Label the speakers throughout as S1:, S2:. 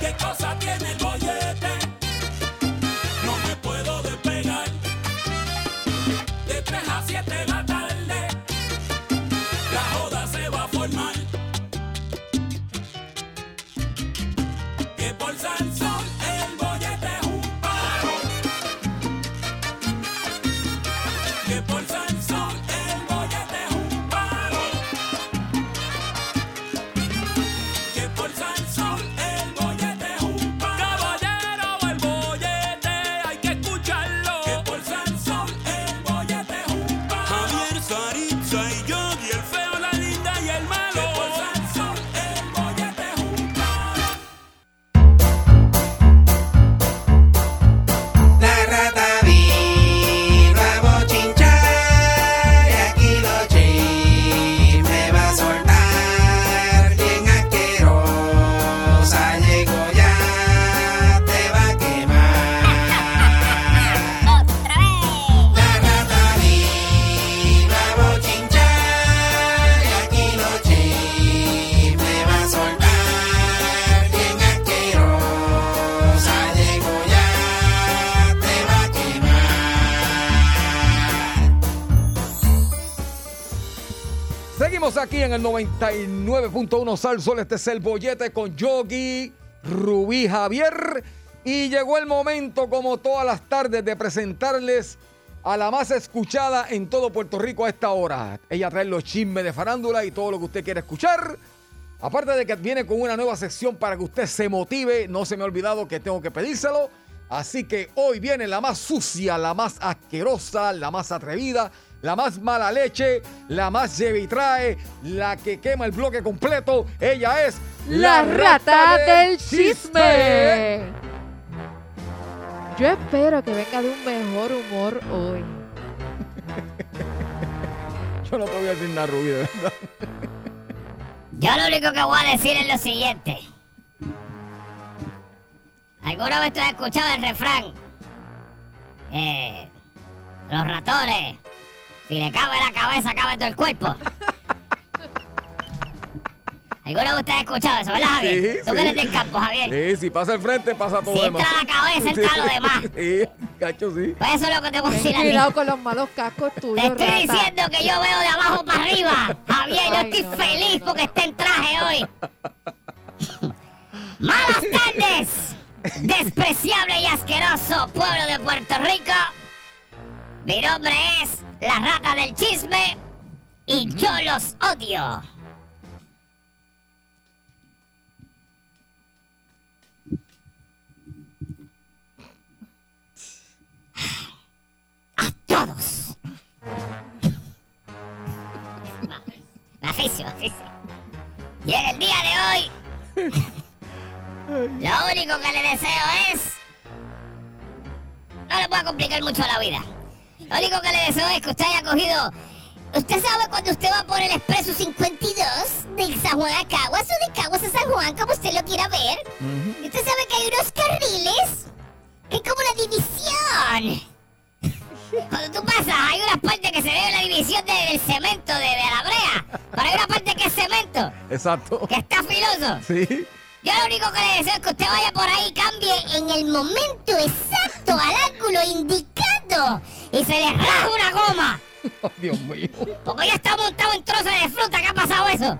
S1: ¿Qué cosa tiene el bollete? No me puedo despegar. De 3 a 7 de la tarde, la joda se va a formar. Que por San Sol el bollete es un paro. Que por San Sol el bollete es un paro. Que por San Sol el bollete es un palo. Caballero, el bollete hay que escucharlo. Que por San Sol el bollete es un palo. Javier, Saritza y yo, y el feo, la linda y el malo. Que por San Sol el bollete es un palo.
S2: La rata vino a bochinchar y aquí los chismes va a soltar. Bien asquerosa llegó ya, te va a quemar. La rata vino a bochinchar y aquí los chismes va a soltar. Bien asquerosa llegó ya, te va a quemar.
S3: Seguimos aquí en el 99.1 Sal Sol. Este es el bollete con Yogi, Rubí Javier. Y llegó el momento, como todas las tardes, de presentarles a la más escuchada en todo Puerto Rico a esta hora. Ella trae los chismes de farándula y todo lo que usted quiere escuchar. Aparte de que viene con una nueva sección para que usted se motive, no se me ha olvidado que tengo que pedírselo. Así que hoy viene la más sucia, la más asquerosa, la más atrevida, la más mala leche, la más lleva y trae, la que quema el bloque completo. Ella es
S4: La rata del chisme. Yo espero que venga de un mejor humor hoy.
S3: Yo no te voy a decir nada, Rubí, de verdad.
S5: Yo lo único que voy a decir es lo siguiente. ¿Alguna vez tú has escuchado el refrán? Eh, los ratones, si le cabe la cabeza, cabe todo el cuerpo. ¿Alguna vez usted ha escuchado eso, verdad, Javier?
S3: Sí,
S5: tú que
S3: sí.
S5: eres del campo, Javier.
S3: Sí, si pasa el frente, pasa todo
S5: Si
S3: lo
S5: entra
S3: demás.
S5: la cabeza, entra lo demás.
S3: Sí, cacho, sí.
S5: Pues eso es lo que te voy a
S4: Ten
S5: decir a ti.
S4: cuidado con los malos cascos
S5: Te
S4: tuyos,
S5: estoy
S4: rata.
S5: diciendo que yo veo de abajo para arriba. Javier, yo
S4: Ay,
S5: estoy
S4: no, no,
S5: feliz
S4: no.
S5: porque está en traje hoy. Malas tardes, despreciable y asqueroso pueblo de Puerto Rico. Mi nombre es la rata del chisme y yo los odio. A todos. Aficio, aficio. Y en el día de hoy, lo único que le deseo es. No le puedo complicar mucho la vida. Lo único que le deseo es que usted haya cogido. Usted sabe cuando usted va por el expreso 52 de San Juan a Caguas o de Caguas a San Juan, como usted lo quiera ver. Y usted sabe que hay unos carriles que es como la división. Cuando tú pasas, hay una parte que se ve en la división de- del cemento, de, de la brea. Pero hay una parte que es cemento,
S3: Exacto.
S5: que está filoso.
S3: Sí.
S5: Yo lo único que le deseo es que usted vaya por ahí y cambie en el momento exacto al ángulo indicado y se le raja una goma.
S3: Ay, Oh, Dios mío.
S5: Porque ya está montado en trozos de fruta, ¿qué ha pasado eso?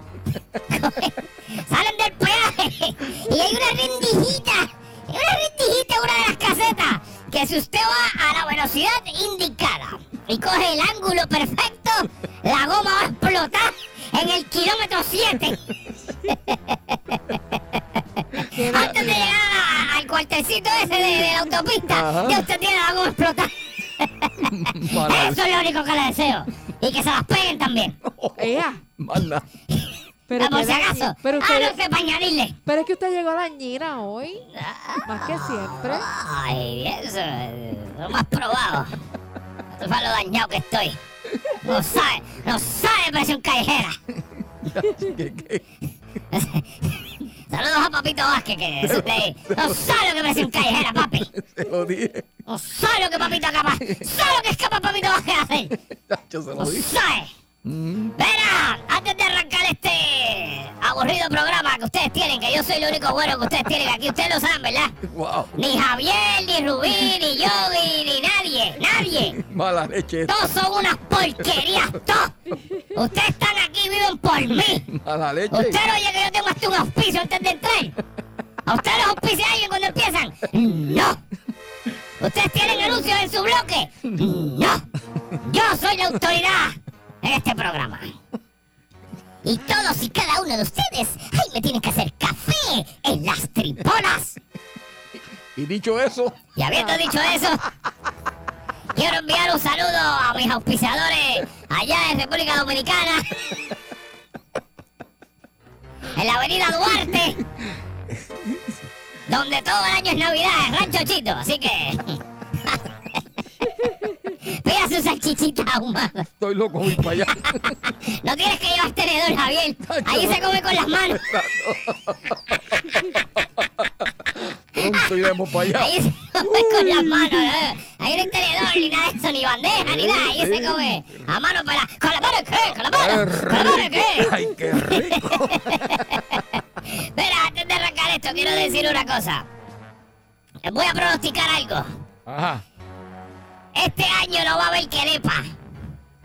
S5: Salen del peaje y hay una rendijita, hay una rendijita en una de las casetas, que si usted va a la velocidad indicada y coge el ángulo perfecto, la goma va a explotar en el kilómetro 7.
S4: Qué
S5: Antes de llegar a- al cuartecito ese de, de la
S3: Ajá.
S5: autopista, ya usted tiene la goma explotar.
S3: Mala
S5: Eso es lo único que le deseo. Y que se las peguen también. Ah,
S4: Ea,
S3: Mala.
S4: pero,
S5: por
S4: qué
S5: si
S4: dañi-
S5: acaso.
S4: pero, usted-
S5: Ah, no sé, pañalirle.
S4: pero es que usted llegó dañina hoy. Más que siempre.
S5: Ay, eso es lo más probado. Tú sabes lo dañado que estoy. No sabe, no sabe presión callejera.
S3: ¿Qué, qué?
S5: Saludos a Papito Vázquez, que es de ahí. No sabe lo que presión callejera, papi.
S3: Se lo dije.
S5: No sabe lo que Papito es capaz. Sabe lo que es capaz Papito Vázquez de hacer.
S3: Yo se lo Mm.
S5: Tú
S3: dije.
S5: sabes. Verá, antes de arrancar este aburrido programa que ustedes tienen, que yo soy el único bueno que ustedes tienen aquí, ustedes lo saben, ¿verdad?
S3: Wow.
S5: Ni Javier, ni Rubí, ni Yogi, ni nadie, nadie.
S3: Mala leche esta.
S5: Todos son unas porquerías, todos. Ustedes están aquí, viven por mí.
S3: Mala leche.
S5: Usted oye que yo tengo hasta un auspicio antes de entrar. ¿A ustedes los auspicia alguien cuando empiezan? No. ¿Ustedes tienen anuncios en su bloque? No. Yo soy la autoridad en este programa. Y todos y cada uno de ustedes, ay, me tienen que hacer café en las triponas.
S3: Y dicho eso,
S5: Y habiendo dicho eso, quiero enviar un saludo a mis auspiciadores allá en República Dominicana. En la avenida Duarte. Donde todo el año es Navidad, en Rancho Chito, así que. Pida su salchichita ahumada.
S3: estoy loco voy para allá.
S5: No tienes que llevar tenedor, Javier. Ahí se come con las manos.
S3: Pronto iremos para allá.
S5: Ahí se come
S3: Uh.
S5: con las manos. eh. Ahí no hay tenedor, ni nada de eso, ni bandeja, ni nada. Ahí se come. A mano para. ¿Con la mano qué? ¿Con la
S3: Qué
S5: mano? ¿Con la mano
S3: rico.
S5: qué?
S3: Ay, qué rico.
S5: Espera, antes de arrancar esto, quiero decir una cosa. Les Voy a pronosticar algo.
S3: Ajá.
S5: Este año no va a haber querepa.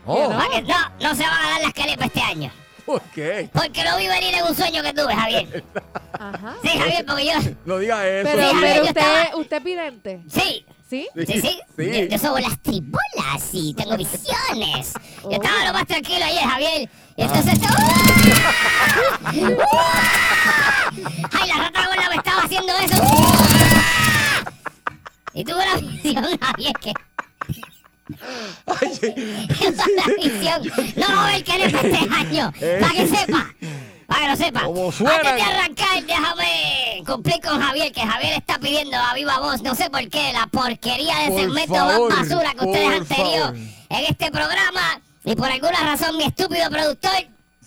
S3: Oh,
S5: Pa' que- No, no se van a dar las querepas este año.
S3: ¿por qué?
S5: Porque lo vi venir en un sueño que tuve, Javier.
S4: Ajá.
S5: Sí, Javier, porque yo.
S3: No digas eso.
S4: Pero,
S5: Sí,
S4: pero
S5: yo
S4: usted,
S5: estaba-
S4: usted es vidente,
S5: Sí,
S4: ¿sí?
S5: Sí, sí. Yo,
S3: Sí.
S5: yo soy las tribolas y tengo visiones. Yo estaba lo más tranquilo ayer, Javier. Y entonces. ¡Ah! ¡Ah! ¡Ay, la rata gorda me estaba haciendo eso! ¡Ah! Y tuve una visión, Javier, que. una visión. No va a ver qué le este año. Para que sepa. Para que lo sepa.
S3: Eh. Como suena.
S5: Antes de arrancar, déjame cumplir con Javier, que Javier está pidiendo a viva voz, no sé por qué, la porquería de
S3: Por
S5: segmento
S3: favor,
S5: más basura que ustedes han
S3: por
S5: tenido
S3: favor.
S5: en este programa. Y por alguna razón mi estúpido productor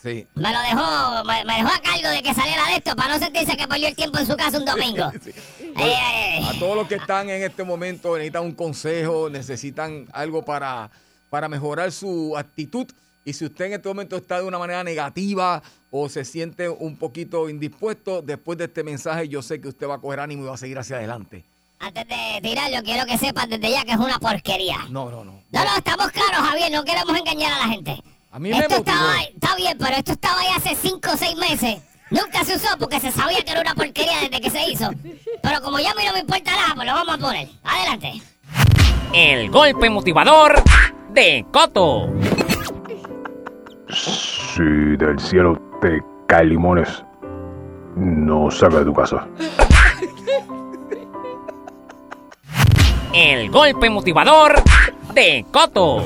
S3: Sí.
S5: me lo dejó, me, me dejó a cargo de que saliera de esto para no sentirse que perdió el tiempo en su casa un domingo. Eh, eh,
S3: A todos los que están en este momento necesitan un consejo, necesitan algo para, para mejorar su actitud. Y si usted en este momento está de una manera negativa o se siente un poquito indispuesto, después de este mensaje yo sé que usted va a coger ánimo y va a seguir hacia adelante.
S5: Antes de Eh, tirarlo, quiero que sepan desde ya que es una porquería.
S3: No, no, no.
S5: No, no, estamos claros, Javier, no queremos engañar a la gente.
S3: A mí me
S5: esto
S3: motivó.
S5: estaba, está bien, pero esto estaba ahí hace 5 o 6 meses. Nunca se usó porque se sabía que era una porquería desde que se hizo. Pero como ya a mí no me importa nada, pues lo vamos a poner. Adelante.
S6: El golpe motivador de Coto.
S7: Si del cielo te caen limones, no salgas de tu casa.
S6: El golpe motivador de Coto.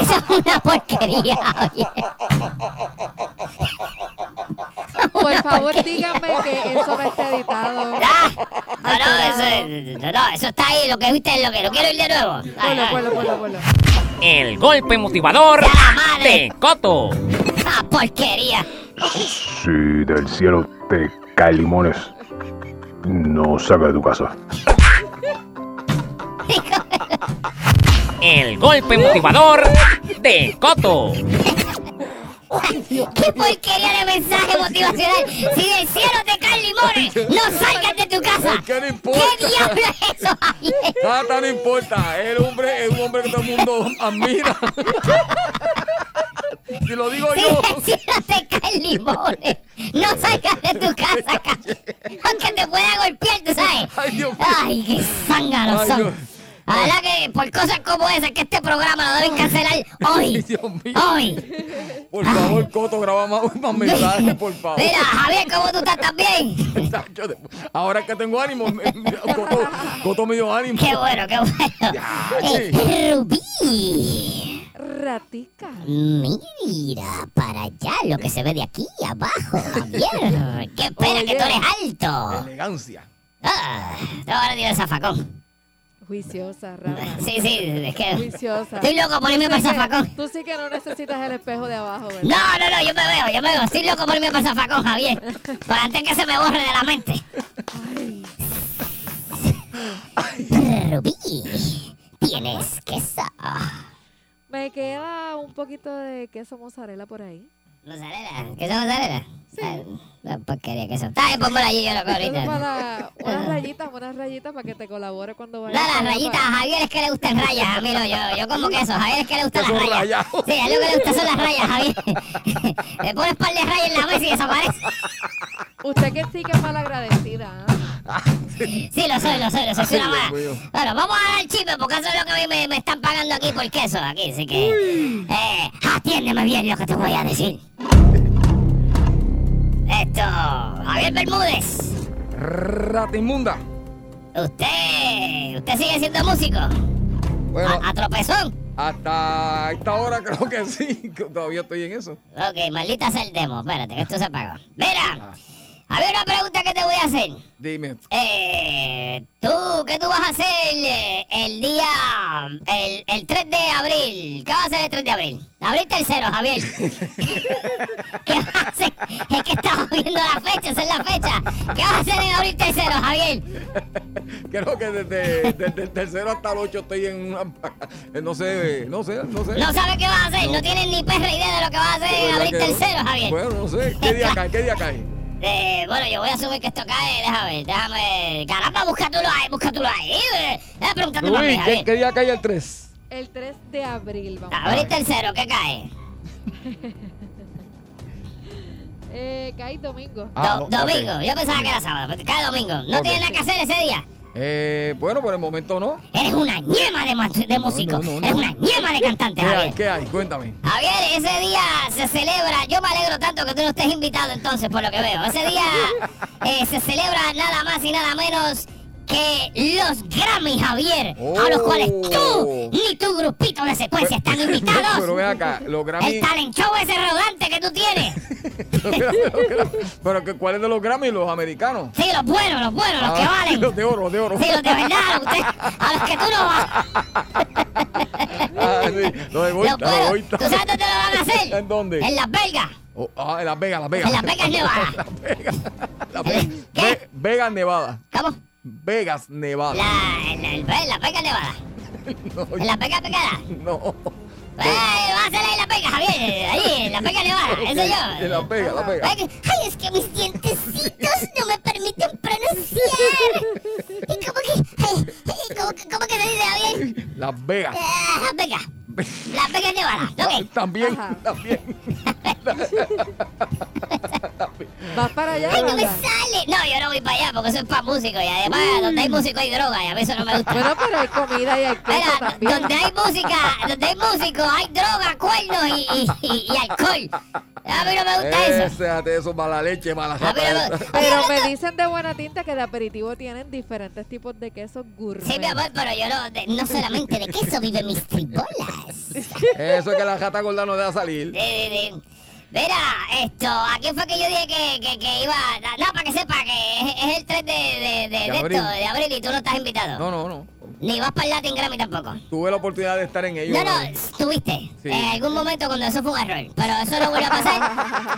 S5: Eso es una porquería. Eso es una porquería, oye.
S4: Por favor, díganme que eso no está editado.
S5: Ah, No, no, eso, no, no, eso está ahí, lo que viste es lo que... Lo quiero ir de nuevo. Dale,
S4: Ponlo,
S5: dale.
S4: ponlo, ponlo, ponlo.
S6: El golpe motivador
S5: ¡Ya la madre!
S6: de Coto.
S5: Ah, porquería.
S7: Si del cielo te caen limones, no salgas de tu casa.
S6: El golpe motivador de Coto.
S5: ¿Qué porquería de mensaje motivacional? Si del cielo te caen limones, no salgas de tu casa.
S3: ¿Qué le importa?
S5: ¿Qué diablo es eso, Javier?
S3: Nada, no importa. El hombre es un hombre que todo el mundo admira. si lo digo
S5: Si
S3: yo.
S5: del cielo te caen limones, no salgas de tu casa, cabrón. Aunque te pueda golpear, tú sabes.
S3: Ay, Dios mío.
S5: Ay, qué zánganos
S3: Ay, Dios.
S5: son. La verdad que por cosas como esas que este programa lo deben cancelar
S3: Ay,
S5: hoy.
S3: Dios mío.
S5: Hoy.
S3: Por favor, Coto, graba más, más mensajes, por favor.
S5: Mira, Javier, ¿cómo tú estás también?
S3: Yo después- Ahora que tengo ánimo, me- me- Coto, Coto me dio ánimo.
S5: Qué bueno, qué bueno.
S3: Ay, sí.
S5: Eh, Rubí.
S4: Ratica.
S5: Mira para allá lo que se ve de aquí abajo, Javier. ¡Qué pena que tú eres alto!
S3: Elegancia.
S5: Ah, no, ahora digo el zafacón.
S4: Juiciosa, rara.
S5: Sí, sí, es que
S4: Juiciosa.
S5: estoy loco por irme para el zafacón.
S4: Tú sí que no necesitas el espejo de abajo, ¿verdad?
S5: No, no, no, yo me veo, yo me veo. Estoy loco por irme para el zafacón, Javier. Para antes que se me borre de la mente. Ah, Rubí, tienes queso.
S4: Me queda un poquito de queso mozzarella por ahí.
S5: ¿Mozzarella? ¿Queso mozzarella? Sí. La Ah, porquería, queso. Está bien, pónmelo allí, yo lo cojo
S4: Eso
S5: ahorita.
S4: para unas rayitas, unas rayitas para que te colabore cuando
S5: No,
S4: vayas.
S5: las
S4: para la
S5: rayitas, a
S4: playa.
S5: Javier es que le gustan rayas, a mí no, yo, yo como queso, a Javier es que le gustan
S3: Queso
S5: las rayas.
S3: rallado.
S5: Sí, a él lo que le gusta son las rayas, Javier. Le pones par de rayas en la mesa y desaparece.
S4: Usted que sí que es malagradecida. ¿ah?
S5: Sí, lo soy, lo soy, lo soy, soy
S3: Ay,
S5: una mala.
S3: Ah, Dios mío.
S5: Bueno, vamos a dar chisme porque eso es lo que a mí me, me están pagando aquí por queso, aquí, así que... Eh, atiéndeme bien lo que te voy a decir. Esto, Javier Bermúdez,
S3: Rata inmunda.
S5: usted, usted sigue siendo músico,
S3: Bueno,
S5: a, a tropezón.
S3: hasta esta hora creo que sí. que Todavía estoy en eso.
S5: Ok, maldita sea el demo, espérate, que esto se apagó. Mira, había una pregunta que te voy a hacer.
S3: Dime.
S5: Eh, tú, ¿qué tú vas a hacer eh, el día, el, el 3 de abril? ¿Qué vas a hacer el 3 de abril? Abril tercero, Javier. ¿Qué vas a hacer? Es que estamos viendo la fecha, esa es la fecha. ¿Qué vas a hacer en abril tercero, Javier?
S3: Creo que desde, desde el tercero hasta el ocho estoy en una. eh, No sé, no sé, no sé.
S5: No sabes qué vas a hacer, no, tienes ni perra idea de lo que vas a hacer en
S3: ¿Verdad
S5: abril
S3: que no?
S5: tercero, Javier.
S3: Bueno, no sé. ¿Qué día cae? ¿Qué día cae?
S5: Eh, bueno, yo voy a subir que esto cae, déjame ver, déjame... Caramba, búscatelo ahí, búscatelo ahí. eh, Déjame preguntarte para mí,
S3: Luis, ¿qué,
S5: Javier.
S3: qué día cae el 3?
S4: El 3 de abril, vamos.
S5: Abril tercero, ¿qué cae?
S4: Eh, cae domingo.
S5: Do- domingo, yo pensaba que era sábado, pero pues, cae domingo. No
S3: Ok.
S5: tienes nada que hacer ese día.
S3: Eh, bueno, por el momento no.
S5: Eres una ñema de, mu- de músico.
S3: no, no, no.
S5: Eres una ñema de cantante,
S3: ¿Qué hay?
S5: Javier.
S3: ¿Qué hay? Cuéntame.
S5: Javier, ese día se celebra. Yo me alegro tanto que tú no estés invitado, entonces, por lo que veo. Ese día eh, se celebra nada más y nada menos que los Grammy, Javier. A los
S3: Oh.
S5: cuales tú ni tu grupito de secuencia están invitados.
S3: Pero ven acá, los
S5: El
S3: Grammy.
S5: talent show ese rodante que tú tienes.
S3: los Grammy, los Grammy. Pero que- ¿cuáles de los Grammy? Los americanos.
S5: Sí, los buenos, los buenos, los que
S3: Ah,
S5: valen.
S3: Los de oro, los de oro.
S5: Sí, los de verdad, usted, a los que tú no vas.
S3: Ah, sí, los
S5: Los
S3: de Boita, los de
S5: puedo.
S3: Boita.
S5: ¿Tú sabes dónde lo van a hacer?
S3: ¿En dónde?
S5: En Las Vegas.
S3: Oh, ah, en Las Vegas, Las Vegas.
S5: En Las Vegas, Nevada.
S3: Las Vegas.
S5: ¿Qué?
S3: Ve- Vegas, Nevada.
S5: ¿Cómo?
S3: Vegas, Nevada.
S5: La, en, la- en Las Vegas, Nevada. En Las Vegas, Nevada.
S3: No.
S5: Eh, va a hacer ahí en Las Vegas, Javier. Ahí, en Las Vegas, Nevada. Eso yo.
S3: En Las Vegas, Las Vegas.
S5: Ay, ay, es que mis dientecitos no me permiten pronunciar. ¿Y cómo que, ay, ay, cómo que, cómo que se dice, Javier?
S3: Las Vegas.
S5: Eh, Las Vegas. Las Vegas, Nevada. Ok.
S3: También,
S4: Ajá.
S3: también.
S4: ¿Vas para allá?
S5: ¡Ay, no me
S4: Wanda?
S5: sale! No, yo no voy para allá porque eso es para músicos y además donde hay músicos hay droga y a mí eso no me gusta.
S4: Mm. Bueno, pero hay comida y hay queso
S5: Mira,
S4: también.
S5: donde hay música, donde hay músicos hay droga, cuernos y, y- y- y alcohol. A mí no me gusta
S3: Eh.
S5: eso.
S3: Déjate eso, mala leche, mala
S5: A mí no me
S3: rata.
S5: gusta.
S4: Pero me dicen de buena tinta que de aperitivo tienen diferentes tipos de quesos gourmet.
S5: Sí, mi amor, pero yo no, de- no solamente de queso viven mis tribolas.
S3: Eso es que la rata gorda no deja salir.
S5: Mira, esto, ¿a quién fue que yo dije que, que- que iba? No, para que sepa que es, es el 3 de, de- de- de esto,
S3: abril.
S5: de abril y tú no estás invitado.
S3: No, no, no.
S5: Ni vas para el Latin Grammy tampoco.
S3: Tuve la oportunidad de estar en ellos.
S5: No, no, estuviste.
S3: Sí.
S5: En Eh, algún momento cuando eso fue un error. Pero eso no vuelve a pasar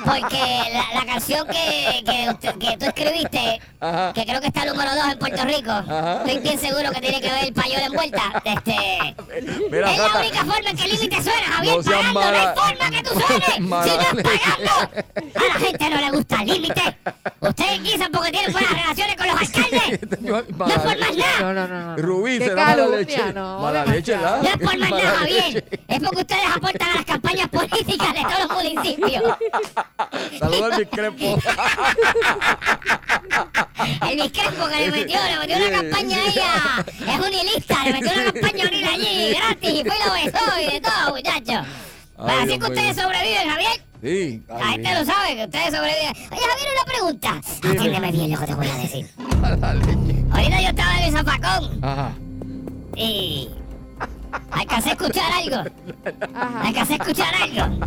S5: porque la, la canción que, que, usted- que tú escribiste,
S3: Ajá.
S5: que creo que está número 2 en Puerto Rico, estoy bien seguro que tiene que ver el payola envuelta. Este,
S3: Mira,
S5: es la
S3: Jata.
S5: única forma en que el límite suena, Javier.
S3: No seas
S5: pagando,
S3: mala-
S5: no hay forma que tú suenes.
S3: Mala
S5: si no es
S3: leche.
S5: pagando, a la gente no le gusta el límite. Ustedes guisan porque tienen buenas relaciones con los alcaldes. No es por más nada.
S4: No, no, no. no.
S3: Rubí,
S4: Qué
S3: será mala
S4: calumnia,
S3: leche.
S4: no,
S3: Mala
S4: demasiado.
S3: leche, ¿verdad?
S5: No es por más
S3: Mala
S5: nada,
S3: leche.
S5: Javier. Es porque ustedes aportan a las campañas políticas de todos los municipios.
S3: Saludos al discrepo.
S5: El discrepo que le metió, le metió
S3: Sí,
S5: una campaña ahí a... Es unilista, le metió una campaña unil allí, gratis, y fue y lo besó y de todo, muchachos.
S3: Ay,
S5: Así
S3: Dios
S5: que ustedes
S3: mío.
S5: sobreviven, Javier.
S3: Sí.
S5: La
S3: ay,
S5: gente lo sabe, que ustedes sobreviven. Oye, Javier, una pregunta. Atiéndeme bien lo que te voy a decir.
S3: mala leche.
S5: Ahorita yo estaba en el zapacón
S3: Ajá.
S5: y... Alcancé a escuchar algo.
S4: Ajá.
S5: Alcancé a escuchar algo.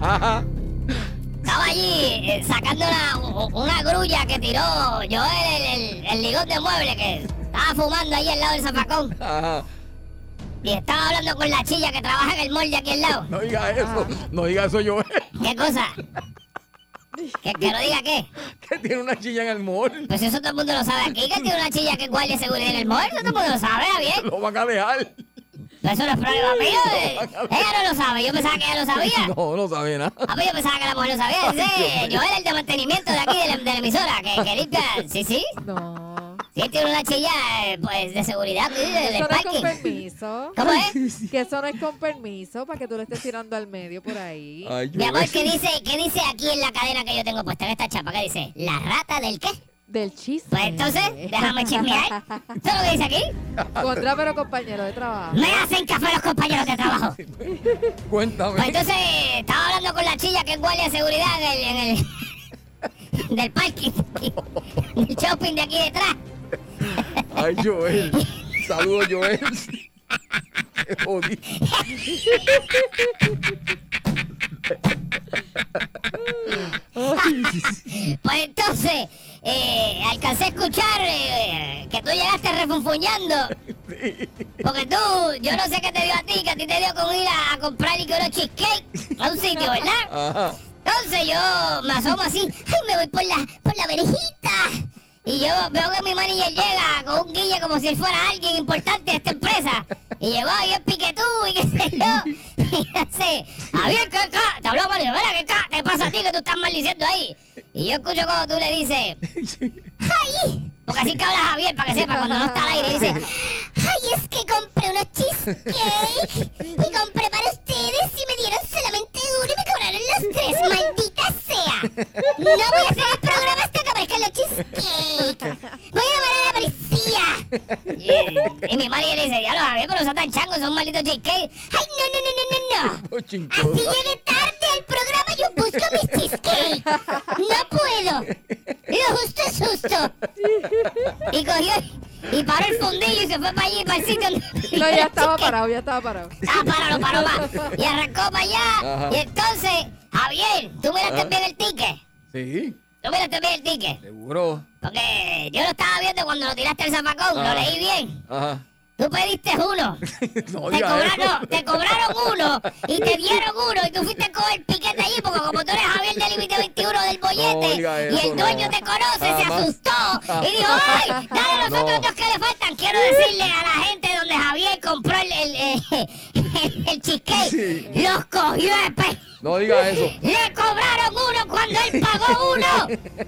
S3: Ajá.
S5: Estaba allí eh, sacando una, u- una grulla que tiró Joel, el, el, el ligón de mueble que estaba fumando ahí al lado del zafacón.
S3: Ajá.
S5: Y estaba hablando con la chilla
S4: Ah.
S5: que trabaja en el molde aquí al lado.
S3: No diga eso. No diga eso, yo.
S5: ¿Qué cosa? Que, que no diga qué.
S3: que tiene una chilla en el mall.
S5: Pues eso todo el mundo lo sabe aquí, que tiene una chilla que es guardia de seguridad en el mall. Eso todo el mundo lo sabe, bien.
S3: Lo van a dejar.
S5: Eso no es problema mío. eh. Ella no lo sabe. Yo pensaba que ella lo sabía.
S3: No, no sabe nada.
S5: Ah, pues yo pensaba que la mujer lo sabía. Dice, yo era el de mantenimiento de aquí, de la, de la emisora, que, que limpia. Sí, sí.
S4: No.
S5: Sí, él tiene una chilla, eh, pues, de seguridad, sí, del
S4: Eso no es con
S5: parking.
S4: permiso.
S5: ¿Cómo es?
S4: Que eso no es con permiso para que tú le estés tirando al medio por ahí.
S3: Ay, yo
S5: Mi amor,
S3: ves.
S5: ¿qué dice, ¿qué dice aquí en la cadena que yo tengo puesta en esta chapa? ¿Qué dice? ¿La rata del qué?
S4: Del chisme.
S5: Pues entonces, déjame chismear. ¿Eso es lo que dice aquí?
S4: Contra, pero compañero de trabajo.
S5: Me hacen café los compañeros de trabajo.
S3: Cuéntame.
S5: Pues entonces, estaba hablando con la chilla que es guardia de seguridad en el, en el- del parking, del shopping de aquí detrás.
S3: Ay, Joel. Saludos, Joel. Te jodí.
S5: Pues entonces, eh, alcancé a escuchar eh, que tú llegaste refunfuñando. Porque tú, yo no sé qué te dio a ti, que a ti te dio con ir a, a comprar y que unos cheesecake a un sitio, ¿verdad?
S3: Ajá.
S5: Entonces yo me asomo así, ¡ay, me voy por la, por la verejita! Y yo veo que mi manager llega con un guille como si él fuera alguien importante de esta empresa. Y llegó y es piquetú y qué sé yo. Y hace, Javier, ¿qué ca? Te habló Mario, ¿verdad? ¿Qué ca? ¿Te pasa a ti que tú estás maldiciendo ahí? Y yo escucho como tú le dices, ¡ay! Porque así que habla Javier, para que sepa, cuando no está al aire, dice, ¡ay, es que compré unos cheesecake! Y compré para ustedes y me dieron solamente uno y me cobraron los tres, maldita sea. No voy a hacer el programa hasta que aparezcan los cheesecake. Voy a llamar a la policía. Mm, Y, y mi madre le dice, diablo, Javier, pero son tan changos, son malditos cheesecake. ¡Ay, no, no, no, no, no, no!
S3: Oh,
S5: Así
S3: chincosa.
S5: llegué tarde al programa, yo busco mis cheesecake. No puedo. Lo justo es justo. Y cogió y paró el fundillo y se fue para allí, para el sitio. donde-
S4: No, ya estaba parado, ya estaba parado.
S5: Ah, paró, paró más. Y arrancó para allá.
S3: Ajá.
S5: Y entonces, Javier, tú miraste bien el ticket.
S3: Sí,
S5: Tú miraste bien el ticket.
S3: seguro.
S5: Porque yo lo estaba viendo cuando lo tiraste el zapacón,
S3: Ah.
S5: lo leí bien.
S3: Ajá.
S5: Tú pediste uno.
S3: No,
S5: Te
S3: diga eso.
S5: cobraron, te cobraron uno y te dieron uno y tú fuiste a coger piquete allí porque como tú eres Javier del Límite 21 del bollete
S3: diga
S5: este, y
S3: eso,
S5: el dueño
S3: no.
S5: te conoce, se
S3: Jamás.
S5: asustó y dijo, ¡ay! Dale los
S3: No.
S5: otros dos que le faltan. Quiero decirle a la gente donde Javier compró el, el, el- el- el cheesecake,
S3: Sí.
S5: los cogió de pe...
S3: No diga eso.
S5: Le cobraron uno cuando él pagó uno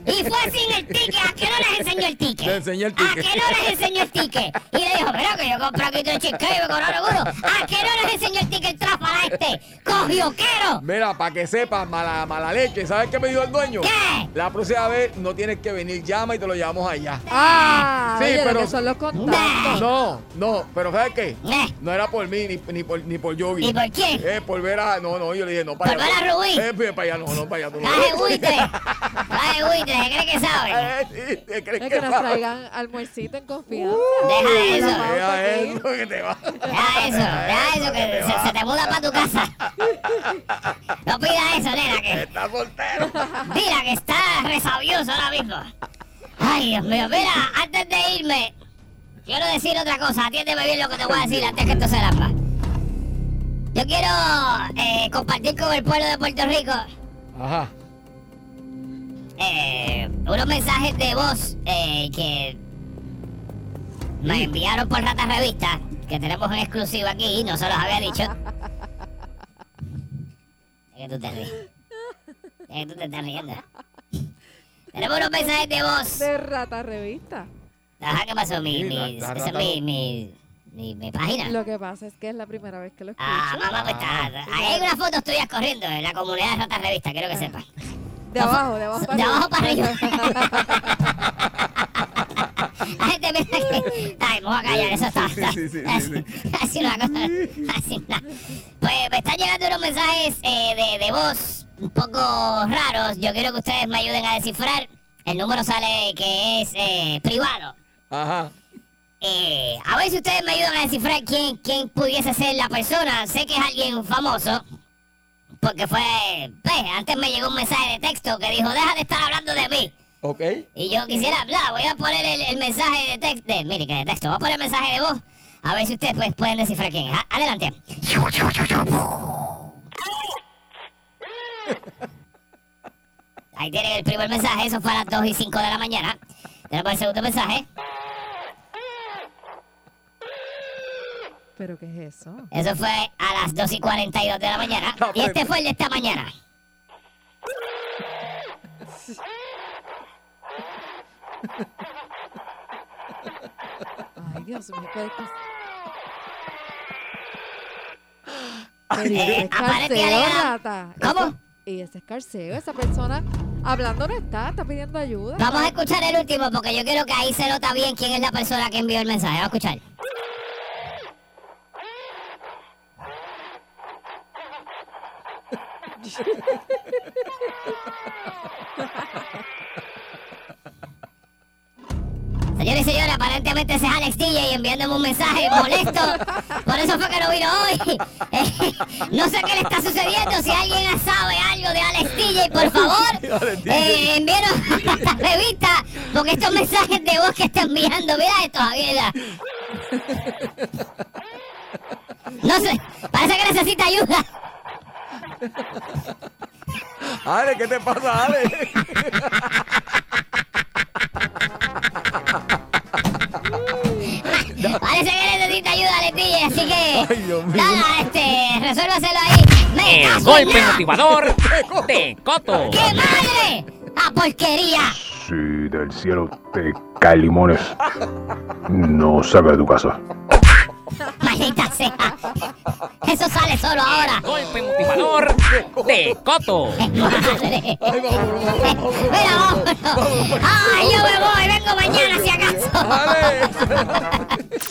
S5: y fue sin el ticket. ¿A qué no les enseñó el ticket?
S3: Le enseñó el
S5: ¿A
S3: ticket.
S5: Ah, qué no les enseñó el ticket? Y le dijo, pero que yo compré aquí tres cheesecake y me cobraron uno. ¿A qué no les enseñó el ticket el tráfala este? ¡Cogioquero!
S3: Mira, para que sepas, mala, mala leche. ¿Sabes qué me dijo el dueño?
S5: ¿Qué?
S3: La próxima vez no tienes que venir, llama y te lo llevamos allá.
S4: Ah,
S3: Sí,
S4: oye, lo
S3: pero-
S4: que son los contactos.
S5: Nah.
S3: No, no, pero ¿sabes qué?
S5: Eh,
S3: No era por mí ni, ni por, ni por Yogi.
S5: ¿Y por quién?
S3: Eh, por ver a. No, no, yo le dije, no, para
S5: ¿Por
S3: allá.
S5: ver a Rubí?
S3: Eh, pues, para allá, no, no, para allá. Tú no.
S5: Traje buitre. Traje buitre, ¿se cree que sabe?
S3: Eh, sí, ¿te crees
S4: Es que nos
S3: va?
S4: traigan almuercito en confianza.
S5: Uh. Deja
S4: Con la
S5: eso.
S4: pauta
S3: Deja
S4: aquí.
S3: eso que te va.
S5: Deja eso, deja eso, que se, se te muda para tu casa. No pida eso, nena, que...
S3: Está soltero.
S5: Mira que está resabioso ahora mismo. Ay, Dios mío, mira, antes de irme, quiero decir otra cosa. Atiéndeme bien lo que te voy a decir antes que esto se lapa. Yo quiero eh, compartir con el pueblo de Puerto Rico
S3: Ajá.
S5: eh, unos mensajes de voz eh, que me enviaron por Rata Revista, que tenemos en exclusiva aquí y no se los había dicho. Es que Eh, tú te ríes. Es que tú te estás riendo. tenemos unos mensajes de voz.
S4: De rata revista.
S5: Ajá, ¿qué pasó? Mi,
S3: Sí,
S5: mi,
S3: la- la
S5: esa es
S3: Rata-
S5: mi, mi, mi, mi página.
S4: Lo que pasa es que es la primera vez que lo escucho.
S5: Ah, mamá, pues está. Ahí hay unas fotos tuyas corriendo en la comunidad de Rata Revista, quiero que sepas.
S4: De abajo, de abajo para
S5: De
S4: arriba.
S5: abajo para arriba. La gente piensa que. Ay, me voy a callar, eso está. está-
S3: Sí, sí, sí,
S5: así-
S3: sí,
S5: Así una cosa. Así una. Pues me están llegando unos mensajes eh, de, de voz un poco raros. Yo quiero que ustedes me ayuden a descifrar. El número sale que es eh, privado.
S3: Ajá.
S5: Eh, a ver si ustedes me ayudan a descifrar quién, quién pudiese ser la persona. Sé que es alguien famoso. Porque fue. Pues, antes me llegó un mensaje de texto que dijo: Deja de estar hablando de mí.
S3: ¿Ok?
S5: Y yo quisiera hablar, voy a poner el, el mensaje de texto. de- Mire, que de texto, voy a poner el mensaje de voz. A ver si ustedes pues, pueden descifrar quién es. A- Adelante. Ahí tienen el primer mensaje, eso fue a las 2 y 5 de la mañana. Tenemos el segundo mensaje,
S4: ¿Pero qué es eso?
S5: eso fue a las 2 y 42 de la mañana. Y este fue el de esta mañana.
S4: Ay, Dios mío, pero pues es que- Pero
S5: Eh,
S4: ese es
S5: aparente y
S4: carceo,
S5: alegado.
S4: rata.
S5: ¿Cómo?
S4: Eso- Y ese es carceo, esa persona hablando no está, está pidiendo ayuda.
S5: Vamos a escuchar el último porque yo quiero que ahí se nota bien quién es la persona que envió el mensaje. Vamos a escuchar. Señores y señores, aparentemente ese es Alex DJ enviándome un mensaje molesto. Por eso fue que no vino hoy. Eh, no sé qué le está sucediendo. Si alguien sabe algo de Alex DJ, por favor, eh, envíenos a esta revista. Porque estos mensajes de voz que está enviando, mira esto, Javier. No sé, parece que necesita ayuda.
S3: Ale, ¿qué te pasa, Ale?
S5: Parece que necesita ayuda, Alex DJ. Así que,
S3: Ay, Dios mío.
S5: nada, este, resuélvaselo ahí. Me
S6: El
S5: caso en
S6: golpe
S5: nada.
S6: motivador de Coto.
S5: ¡Qué madre! ¡A porquería!
S7: Si del cielo te cae limones, no salga de tu casa.
S5: ¡Maldita sea! Eso sale solo ahora.
S6: Golpe motivador de Coto.
S5: ¡Es madre!
S3: Ay, vámonos, vámonos, vámonos.
S5: ¡Mira, vámonos! ¡Ay, yo me voy! ¡Vengo mañana si acaso!
S3: Ale.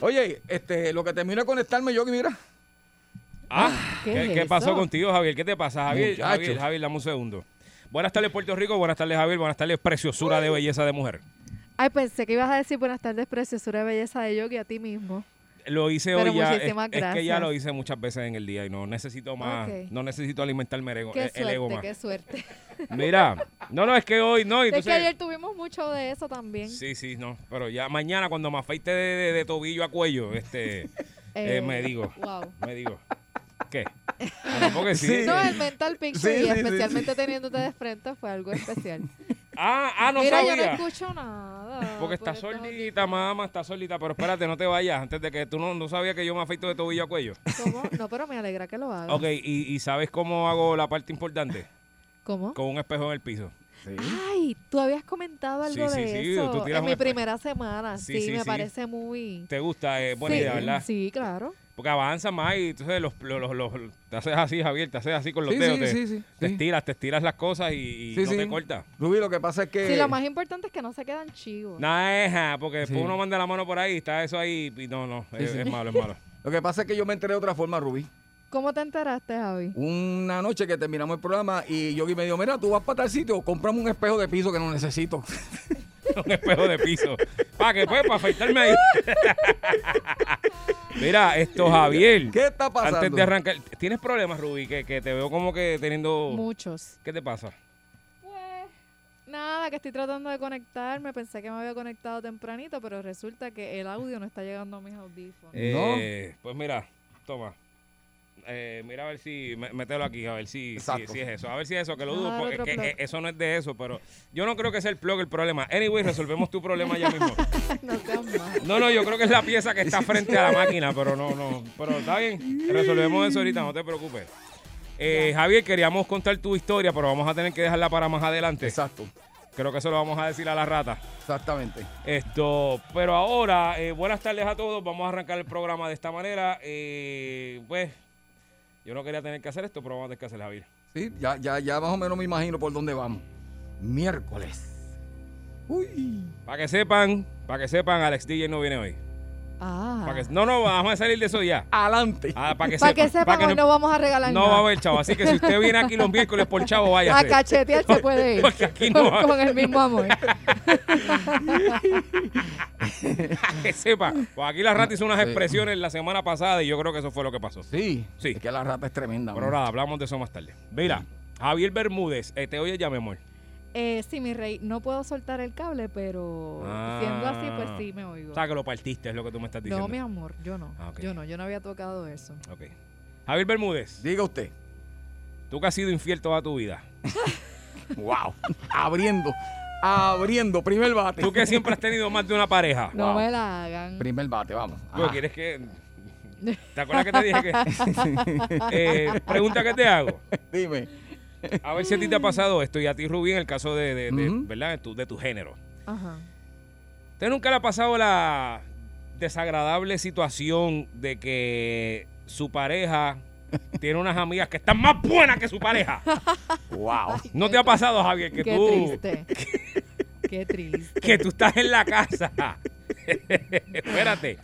S3: Oye, este, lo que termino de conectarme yo, que mira.
S8: Ah,
S4: ¿Qué
S8: ¿qué,
S4: es
S8: qué
S4: eso?
S8: pasó contigo, Javier? ¿Qué te pasa, Javier?
S3: Muchacho.
S8: Javier, Javier, dame un segundo. Buenas tardes, Puerto Rico. Buenas tardes, Javier. Buenas tardes, preciosura de belleza de mujer.
S4: Ay, pensé que ibas a decir buenas tardes, preciosura y belleza de yogi a ti mismo.
S8: Lo hice
S4: Pero
S8: hoy ya. Es,
S4: muchísimas
S8: es que ya
S4: gracias.
S8: lo hice muchas veces en el día y no necesito más.
S4: Ok.
S8: No necesito alimentar el ego,
S4: Qué
S8: el- el ego
S4: suerte,
S8: más.
S4: qué suerte.
S8: Mira, no, no, es que hoy no.
S4: Es que
S8: Entonces,
S4: ayer tuvimos mucho de eso también.
S8: Sí, sí, no. Pero ya mañana cuando me afeite de, de- de tobillo a cuello, este, eh,
S4: Eh,
S8: me digo,
S4: wow.
S8: me digo, ¿qué? No, porque sí.
S4: No, el mental picture
S3: Sí,
S4: y
S3: sí, sí,
S4: especialmente teniéndote de frente fue algo especial.
S8: Ah, ah, no
S4: Mira, yo no
S8: sabía.
S4: escucho nada.
S8: Porque está
S4: estás aquí.
S8: solita, mamá, está solita. Pero espérate, no te vayas. Antes de que tú no, no sabías que yo me afeito de tobillo a cuello.
S4: ¿Cómo? No, pero me alegra que lo hagas.
S8: Ok, y, y ¿sabes cómo hago la parte importante?
S4: ¿Cómo?
S8: Con un espejo en el piso.
S4: Ay, tú habías comentado algo
S8: Sí,
S4: de
S8: sí, sí,
S4: eso
S8: tú tiras
S4: en
S8: un
S4: mi
S8: espe-
S4: primera semana. Sí,
S8: Sí, sí,
S4: me
S8: sí.
S4: parece muy...
S8: ¿Te gusta? Eh, buena
S4: sí,
S8: idea, ¿verdad?
S4: Sí, claro.
S8: Porque avanza más y entonces los, los, los- los- te haces así, Javier, te haces así con los
S3: Sí,
S8: dedos.
S3: sí,
S8: te,
S3: sí, sí,
S8: te
S3: sí.
S8: estiras, te estiras las cosas y, y
S3: Sí,
S8: no
S3: sí.
S8: te cortas.
S4: Pues
S3: Rubí, lo que pasa es que.
S8: Eh.
S4: Sí, lo más importante es que no se quedan chivos.
S8: Naja, porque después
S3: Sí.
S8: uno manda la mano por ahí y está eso ahí y no, no, es,
S3: sí.
S8: es malo, es malo.
S3: Lo que pasa es que yo me enteré de otra forma, Rubí.
S4: ¿Cómo te enteraste, Javi?
S3: Una noche que terminamos el programa y Yogi me dijo, mira, tú vas para tal sitio, cómprame un espejo de piso que no necesito.
S8: un espejo de piso. Para que pues, para afeitarme ahí. Mira, esto, Javier.
S3: ¿Qué está pasando?
S8: Antes de arrancar, ¿tienes problemas, Rubí? Que, que te veo como que teniendo.
S4: Muchos.
S8: ¿Qué te pasa?
S4: Pues, nada, que estoy tratando de conectarme. Pensé que me había conectado tempranito, pero resulta que el audio no está llegando a mis audífonos.
S8: Eh, Pues mira, toma. Eh, mira a ver si, mé- mételo aquí, a ver si, si,
S3: Exacto.
S8: si es eso, a ver si es eso, que lo dudo,
S4: Ah,
S8: porque
S4: otro
S8: que,
S4: plug.
S8: eh, eso no es de eso, pero yo no creo que sea el plug el problema. Anyway, resolvemos tu problema ya mismo.
S4: no seas mal.
S8: No, no, yo creo que es la pieza que está frente a la máquina, pero no, no. Pero está bien, resolvemos eso ahorita, no te preocupes. Eh, Javier, queríamos contar tu historia, pero vamos a tener que dejarla para más adelante.
S3: Exacto,
S8: Creo que eso lo vamos a decir a la rata.
S3: exactamente.
S8: Esto, pero ahora, eh, buenas tardes a todos. Vamos a arrancar el programa de esta manera. Eh, pues, yo no quería tener que hacer esto, pero vamos a tener que hacerlo, Javier.
S3: Sí, ya, ya, ya más o menos me imagino por dónde vamos. Miércoles. Uy.
S8: Para que sepan, para que sepan, Alex DJ no viene hoy.
S4: Ah.
S8: Para que- no, no, vamos a salir de eso ya.
S3: Adelante.
S8: Ah, para que
S4: Para que
S8: sepa,
S4: sepan,
S8: para que
S4: hoy no vamos a regalar
S8: no
S4: nada. Ah,
S8: va a haber chavo. Así que si usted viene aquí los miércoles por chavo, vaya.
S4: A cachetear se puede ir.
S8: Porque aquí no
S4: con,
S8: va-
S4: con el mismo amor.
S8: que sepa.
S4: Mm.
S8: Pues aquí la rata hizo unas
S3: Sí.
S8: expresiones la semana pasada y yo creo que eso fue lo que pasó.
S3: Sí,
S8: Sí.
S3: Es que la rata es tremenda.
S8: Pero
S3: mano.
S8: nada, hablamos de eso más tarde. Mira, Javier Bermúdez, eh, te oye ya, mi amor.
S4: Eh, sí, mi rey, no puedo soltar el cable, pero
S8: Ah.
S4: Oh, siendo así, pues sí me oigo.
S8: O sea, que lo partiste, es lo que tú me estás diciendo.
S4: No, mi amor, yo no.
S8: Ah, ok.
S4: Yo no, yo no había tocado eso.
S8: Ok. Javier Bermúdez,
S3: Diga usted.
S8: tú que has sido infiel toda tu vida.
S3: Wow. abriendo. Abriendo. Primer bate.
S8: Tú que siempre has tenido más de una pareja.
S4: No
S3: Wow.
S4: me la hagan.
S3: Primer bate, vamos.
S8: Bueno,
S3: Ajá.
S8: ¿quieres que.? ¿Te acuerdas que te dije que.? Eh, pregunta que te hago.
S3: Dime.
S8: A ver si a ti te ha pasado esto y a ti, Rubí, en el caso de, de- de-
S3: Ujú.
S8: ¿verdad? De tu, de tu género.
S4: Ajá.
S8: ¿Usted nunca le ha pasado la desagradable situación de que su pareja tiene unas amigas que están más buenas que su pareja?
S3: Wow.
S8: ¿No te ha pasado, Javier, que
S4: Qué
S8: tú
S4: triste. Qué triste.
S8: que tú estás en la casa? Espérate.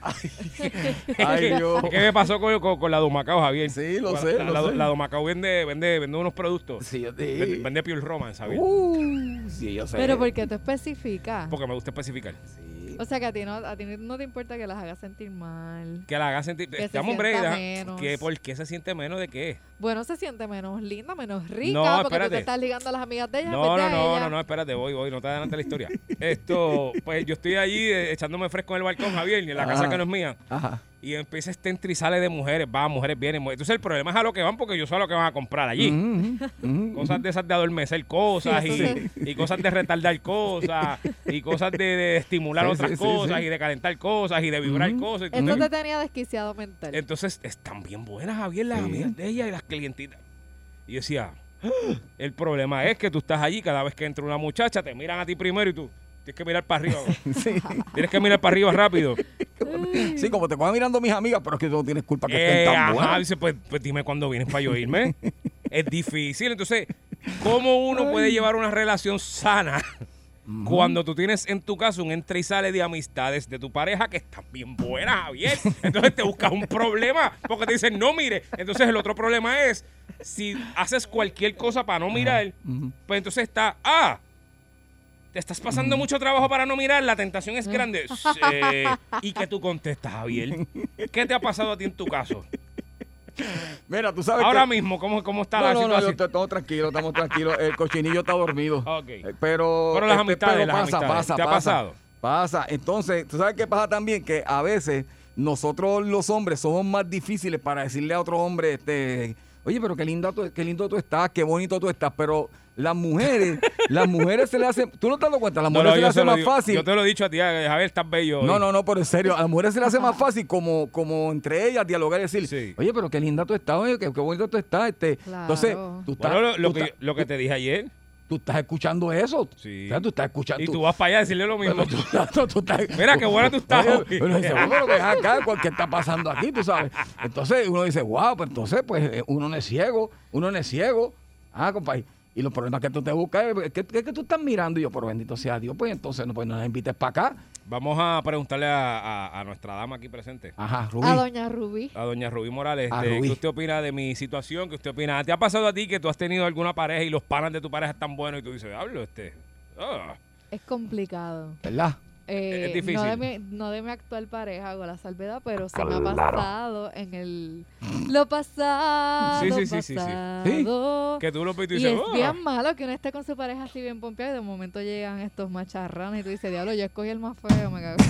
S3: Ay,
S8: ¿Qué-
S3: Dios.
S8: ¿Qué me pasó con, con- con la Domacao, Javier?
S3: Sí, lo
S8: Con
S3: sé,
S8: La,
S3: lo
S8: la-
S3: sé.
S8: la Domacao vende, vende, vende unos productos.
S3: Sí, yo
S8: Vende,
S3: te.
S8: vende Pure Romance, Javier.
S3: Uh, sí, yo sé.
S4: Pero porque tú especificas.
S8: Porque me gusta especificar.
S3: Sí.
S4: O sea que a ti no, a ti no te importa que las hagas sentir mal.
S8: Que la haga sentir.
S4: Que se
S8: Estamos
S4: sienta
S8: hombre,
S4: menos.
S8: que ¿Por qué se siente menos de qué?
S4: Bueno, se siente menos linda, menos rica,
S8: No,
S4: porque tú
S8: espérate.
S4: te estás ligando a las amigas de ella.
S8: No,
S4: en vez
S8: no,
S4: de a
S8: no,
S4: ella.
S8: no, no, espérate, voy, voy, no te adelantes la historia. Esto, pues yo estoy allí eh, echándome fresco en el balcón, Javier, y en la casa
S3: Ah.
S8: que no es mía.
S3: Ajá.
S8: Y empieza este entrizale de mujeres, va, mujeres vienen. mujeres. Entonces el problema es a lo que van porque yo sé a lo que van a comprar allí. Cosas de esas de adormecer cosas
S4: Sí,
S8: y,
S4: eso
S8: y cosas de retardar cosas y cosas de, de estimular
S3: Sí,
S8: otras
S3: sí, sí,
S8: cosas
S3: sí.
S8: y de calentar cosas y de vibrar cosas.
S4: Esto te tenía desquiciado mental.
S8: Entonces, están bien buenas, Javier, las
S3: Sí.
S8: amigas de ella y las clientitas. Y yo decía, ¡Ah! el problema es que tú estás allí, cada vez que entra una muchacha, te miran a ti primero y tú tienes que mirar para arriba. bro.
S3: Sí.
S8: tienes que mirar para arriba rápido.
S3: sí, como te van mirando mis amigas, pero es que tú no tienes culpa que
S8: Eh,
S3: estén
S8: ajá,
S3: tan buenas.
S8: dice, pues, pues dime cuándo vienes para yo irme. es difícil. Entonces, ¿cómo uno puede llevar una relación sana? Cuando tú tienes en tu caso un entra y sale de amistades de tu pareja que están bien buenas, Javier. Entonces te buscas un problema porque te dicen, no mire. Entonces el otro problema es, si haces cualquier cosa para no mirar,
S5: Eh.
S8: pues entonces está, ah, te estás pasando mucho trabajo para no mirar, la tentación
S3: Mm.
S8: es grande. Sí. Eh, ¿Y que tú contestas, Javier? ¿Qué te ha pasado a ti en tu caso?
S3: Mira, tú sabes
S8: Ahora
S3: que...
S8: mismo, ¿cómo, cómo está
S3: No,
S8: la
S3: no, no, yo
S8: situación?
S3: estoy todo tranquilo, estamos tranquilos. El cochinillo está dormido.
S8: Ok.
S3: Eh, Pero,
S8: Pero las
S3: este,
S8: amistades,
S3: pero
S8: las
S3: pasa,
S8: amistades.
S3: pasa,
S8: ¿Te ha
S3: pasa,
S8: pasado?
S3: Pasa. Entonces, ¿tú sabes qué pasa también? Que a veces nosotros los hombres somos más difíciles para decirle a otro hombre, este, oye, pero qué lindo tú, qué lindo tú estás, qué bonito tú estás, pero las mujeres, las mujeres se le hacen, tú no te has dado cuenta, las
S8: No, no,
S3: mujeres
S8: yo se
S3: se le hace
S8: lo
S3: más
S8: digo.
S3: fácil.
S8: Yo te lo he dicho a ti, eh, Javier, estás bello.
S3: No,
S8: hoy.
S3: no, no, pero en serio, a las mujeres se le hace más fácil como, como entre ellas dialogar y decir,
S8: Sí.
S3: oye, pero qué linda tú estás, oye, qué, qué bonito tú estás. Este.
S4: Claro.
S3: Entonces, tú estás,
S8: Bueno, lo, lo
S3: tú,
S8: que,
S3: estás-
S8: lo que te dije ayer.
S3: tú estás escuchando eso.
S8: Sí.
S3: O sea, tú estás escuchando.
S8: Y tú
S3: tú-
S8: vas para allá a decirle lo mismo.
S3: pero tú estás- tú estás-
S8: Mira, qué buena tú estás
S3: Oye,
S8: hoy.
S3: Uno dice, bueno, que es acá, ¿cuál- ¿qué está pasando aquí? Tú sabes. Entonces uno dice, wow, pues entonces, pues eh, uno no es ciego, uno no es ciego. Ah, compadre. Y los problemas que tú te buscas eh, es que, que- que tú estás mirando y yo, pero bendito sea Dios, pues entonces no, pues, no nos invites para acá.
S8: Vamos a preguntarle a, a- a nuestra dama aquí presente.
S3: Ajá, Rubí.
S4: A doña Rubí.
S8: A doña Rubí Morales,
S3: A
S8: este,
S3: Rubí.
S8: ¿qué usted opina de mi situación? ¿Qué usted opina? ¿Te ha pasado a ti que tú has tenido alguna pareja y los panas de tu pareja están buenos y tú dices, hablo este? ah"?
S4: Es complicado.
S3: ¿Verdad?
S4: Eh,
S8: Es difícil.
S4: No de, mi, no de mi actual pareja hago la salvedad, pero se me ha pasado en el... Lo pasado,
S8: Sí, sí, sí, sí, sí.
S4: pasado.
S8: Que tú lo ves y
S4: Oh,
S8: tú
S4: Y
S8: dices,
S4: es
S8: "Ah".
S4: bien malo que uno esté con su pareja así bien pompeado y de momento llegan estos macharranos y tú dices, diablo, yo escogí el más feo, me cago.
S8: Tú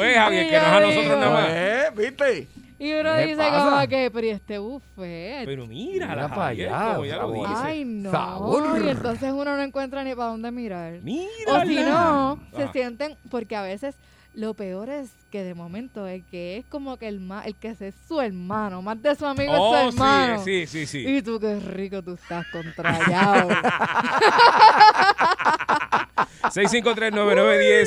S8: ves, Javier, que no es a nosotros nada más.
S3: Eh, ¿Viste?
S4: Y uno
S3: ¿Qué le
S4: dice
S3: pasa?
S4: como que, pero ¿y este buffet.
S8: Pero mira,
S3: Mira
S8: la
S3: para
S8: Javier,
S3: allá,
S8: como ya lo
S3: sabor.
S8: dice.
S4: Ay, no.
S3: Sabor.
S4: Y entonces uno no encuentra ni para dónde mirar.
S8: Mira.
S4: O si no, se
S8: Ajá.
S4: sienten, porque a veces lo peor es que de momento el que es como que el más, el que es su hermano, más de su amigo es
S8: Oh,
S4: su hermano.
S8: sí, sí, sí, sí.
S4: Y tú qué rico tú estás contrallado.
S8: 653-9910,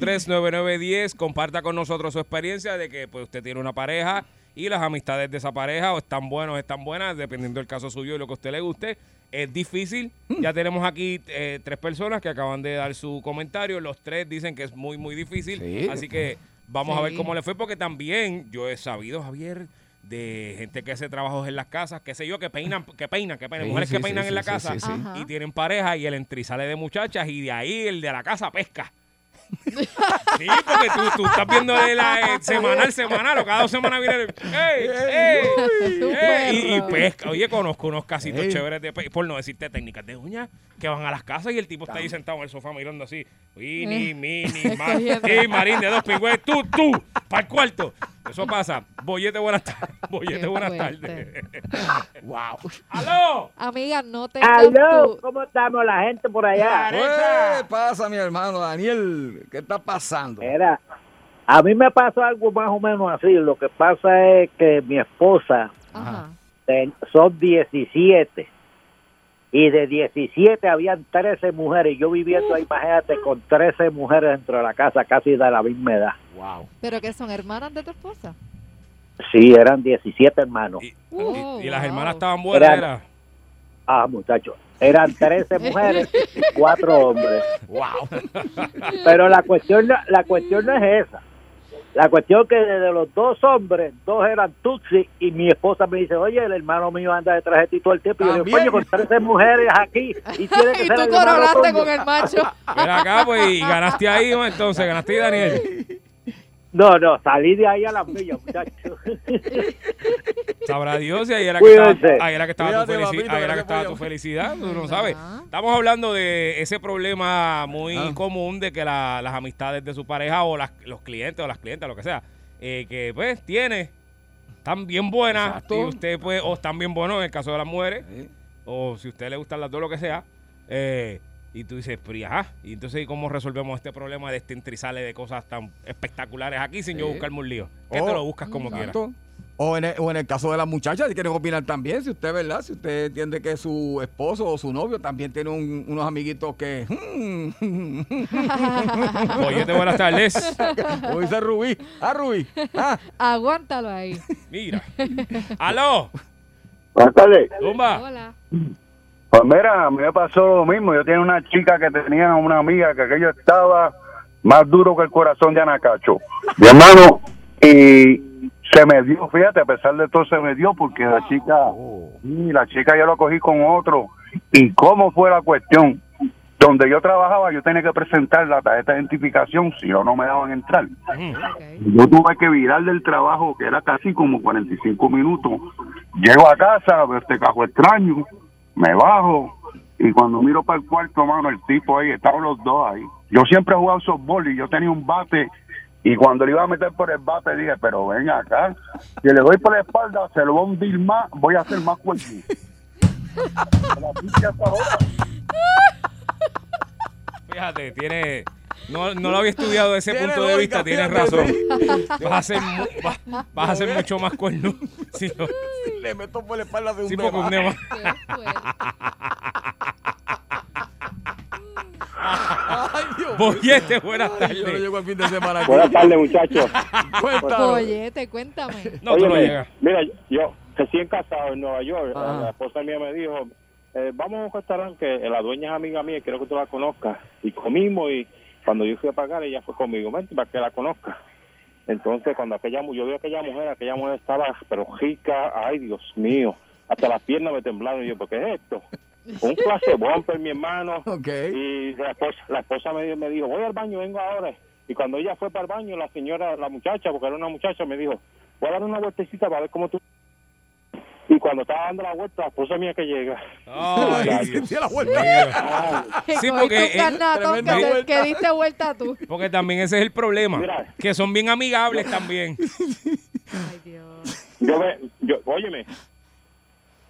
S8: 653-9910. Comparta con nosotros su experiencia de que pues, usted tiene una pareja y las amistades de esa pareja o están buenos o están buenas, dependiendo del caso suyo y lo que a usted le guste. Es difícil. Ya tenemos aquí eh, tres personas que acaban de dar su comentario. Los tres dicen que es muy, muy difícil.
S3: Sí.
S8: Así que vamos a ver
S3: Sí.
S8: cómo le fue, porque también yo he sabido, Javier, de gente que hace trabajos en las casas, qué sé yo, que peinan, que peinan, que peinan,
S3: Sí,
S8: mujeres
S3: sí,
S8: que peinan
S3: sí,
S8: en la
S3: sí,
S8: casa
S3: sí, sí.
S4: Ajá.
S8: y tienen pareja y el entry sale de muchachas y de ahí el de la casa pesca. Sí, porque tú, tú estás viendo de la eh, semanal, semanal, o cada dos semanas viene el... ¡Ey! ¡Ey! ¡Ey! Y, y pesca. Oye, conozco unos casitos
S3: Ey.
S8: chéveres de pesca, por no decirte técnicas de uña, que van a las casas y el tipo está ahí sentado en el sofá mirando así.
S4: Eh.
S8: Winnie, mini, mar,
S4: Escogiendo.
S8: sí, marín de dos pingües, tú, tú, para el cuarto. Eso pasa. Bollete, buenas tardes. Bollete,
S4: Qué
S8: buenas tardes.
S4: fuerte.
S8: ¡Wow! ¡Aló!
S4: Amiga, no te
S9: Aló, ¿cómo estamos la gente por allá?
S3: ¿Qué Eh, pasa, mi hermano Daniel? ¿Qué está pasando?
S9: Era, a mí me pasó algo más o menos así. Lo que pasa es que mi esposa
S4: Ajá.
S9: ten- son 17 y de 17 habían 13 mujeres. Yo viviendo ahí, imagínate, con 13 mujeres dentro de la casa, casi de la misma edad.
S3: Wow.
S4: ¿Pero que son hermanas de tu esposa?
S9: Sí, eran 17 hermanos.
S8: Y,
S4: Wow,
S8: y- y las
S4: Oh, wow.
S8: hermanas estaban buenas,
S9: Eran-
S8: era.
S9: Ah, muchachos. Eran 13 mujeres y 4 hombres.
S8: ¡Wow!
S9: Pero la cuestión, no- la cuestión no es esa. La cuestión que de los dos hombres, dos eran Tutsi y mi esposa me dice, oye, el hermano mío anda detrás de ti todo el tiempo. Y yo digo,
S3: También.
S9: coño, con 13 mujeres aquí y tiene que
S4: y
S9: ser
S4: tú
S9: el hermano
S4: coronaste
S9: tuyo".
S4: con el macho.
S8: Ven acá, pues, y ganaste ahí, ¿no? entonces, ganaste ahí, Daniel.
S9: No, no, salí de ahí a las millas, muchachos.
S8: Sabrá Dios, y ahí era que
S9: Cuídense.
S8: estaba, ahí era que estaba tu
S3: Cuídate,
S8: felicidad,
S3: papito,
S8: ahí era que
S3: gracias
S8: estaba
S3: por
S8: tu
S3: llamar.
S8: felicidad, tú no
S4: Ajá.
S8: sabes. Estamos hablando de ese problema muy
S3: Ah.
S8: común de que la- las amistades de su pareja o las- los clientes o las clientas, lo que sea, eh, que pues tiene, están bien buenas,
S3: Exacto.
S8: y usted pues, o están bien buenos en el caso de las mujeres,
S3: Sí.
S8: o si a usted le gustan las dos, lo que sea, eh, y tú dices, "Pri, ajá, y entonces, ¿y cómo resolvemos este problema de este entrizale de cosas tan espectaculares aquí sin yo
S3: Sí.
S8: buscarme un lío? Que
S3: Oh,
S8: te lo buscas como quieras.
S3: Exacto. O en, el, o en el caso de las muchachas, si quieren opinar también, si usted, ¿verdad? Si usted entiende que su esposo o su novio también tiene un- unos amiguitos que... Ah.
S8: Bollete, buenas tardes.
S3: o dice Rubí. Ah, Rubí. Ah,
S4: Aguántalo ahí.
S8: Mira. ¡Aló!
S7: Buenas tardes.
S8: ¡Tumba!
S4: Hola.
S7: Pues mira, a mí me pasó lo mismo. Yo tenía una chica que tenía una amiga que aquello estaba más duro que el corazón de Anacacho. Mi hermano, y se me dio, fíjate, a pesar de todo se me dio porque la chica, y la chica yo la cogí con otro. ¿Y cómo fue la cuestión? Donde yo trabajaba yo tenía que presentar la tarjeta de identificación, si no, no me daban entrar.
S4: Ok.
S7: Yo tuve que virar del trabajo, que era casi como 45 minutos. Llego a casa, veo este cajo extraño, me bajo y cuando miro para el cuarto, mano, el tipo ahí, estaban los dos ahí. Yo siempre he jugado softball y yo tenía un bate y cuando le iba a meter por el bate dije, pero ven acá, si le doy por la espalda, se lo voy a hundir más, voy a hacer más cuerpo. Pero así que hasta ahora,
S8: Fíjate, tiene. No, no lo había estudiado desde ese
S3: Tiene
S8: punto de
S3: lógica,
S8: vista, tienes
S3: fíjate,
S8: razón.
S3: sí.
S8: Vas a ser, mu- vas, vas a ser mucho más cuerno. Sí, lo-
S3: le meto por la espalda de un
S8: sí, porque un
S3: dedo.
S8: nemo-
S4: Qué fuerte.
S3: Ay, Dios mío.
S8: Bollete, buenas
S3: Ay, Yo no
S8: tardes.
S3: llego al fin de semana aquí.
S9: Buenas tardes, muchachos.
S3: Cuéntalo.
S4: Bollete, cuéntame.
S8: No, tú no
S9: Óyeme,
S8: llegas.
S9: Mira, yo recién casado en Nueva York,
S3: Ah.
S9: la esposa mía me dijo, eh, vamos a un restaurante que la dueña es amiga mía, quiero que tú la conozcas. Y comimos y cuando yo fui a pagar, ella fue conmigo, vente para que la conozca. Entonces, cuando aquella mu- yo vi a aquella mujer, aquella mujer estaba pero rica, ay Dios mío, hasta las piernas me temblaron. Y yo, ¿pero qué es esto? Un clase bumper, mi hermano.
S3: Ok.
S9: Y la esposa, la esposa me, me dijo, voy al baño, vengo ahora. Y cuando ella fue para el baño, la señora, la muchacha, porque era una muchacha, me dijo, voy a dar una vueltecita para ver cómo tú... Y cuando estaba dando la vuelta, la esposa mía que llega.
S8: Ay,
S3: Ay,
S8: Dios
S3: sí, la vuelta.
S8: mío.
S4: Que
S8: Sí,
S4: cogiste
S8: porque
S4: un
S8: es
S4: carnatón que,
S3: tremenda
S4: te-
S3: vuelta.
S4: que diste vuelta tú.
S8: Porque también ese es el problema.
S9: Mira.
S8: Que son bien amigables también.
S4: Ay, Dios.
S9: Yo me, yo, óyeme,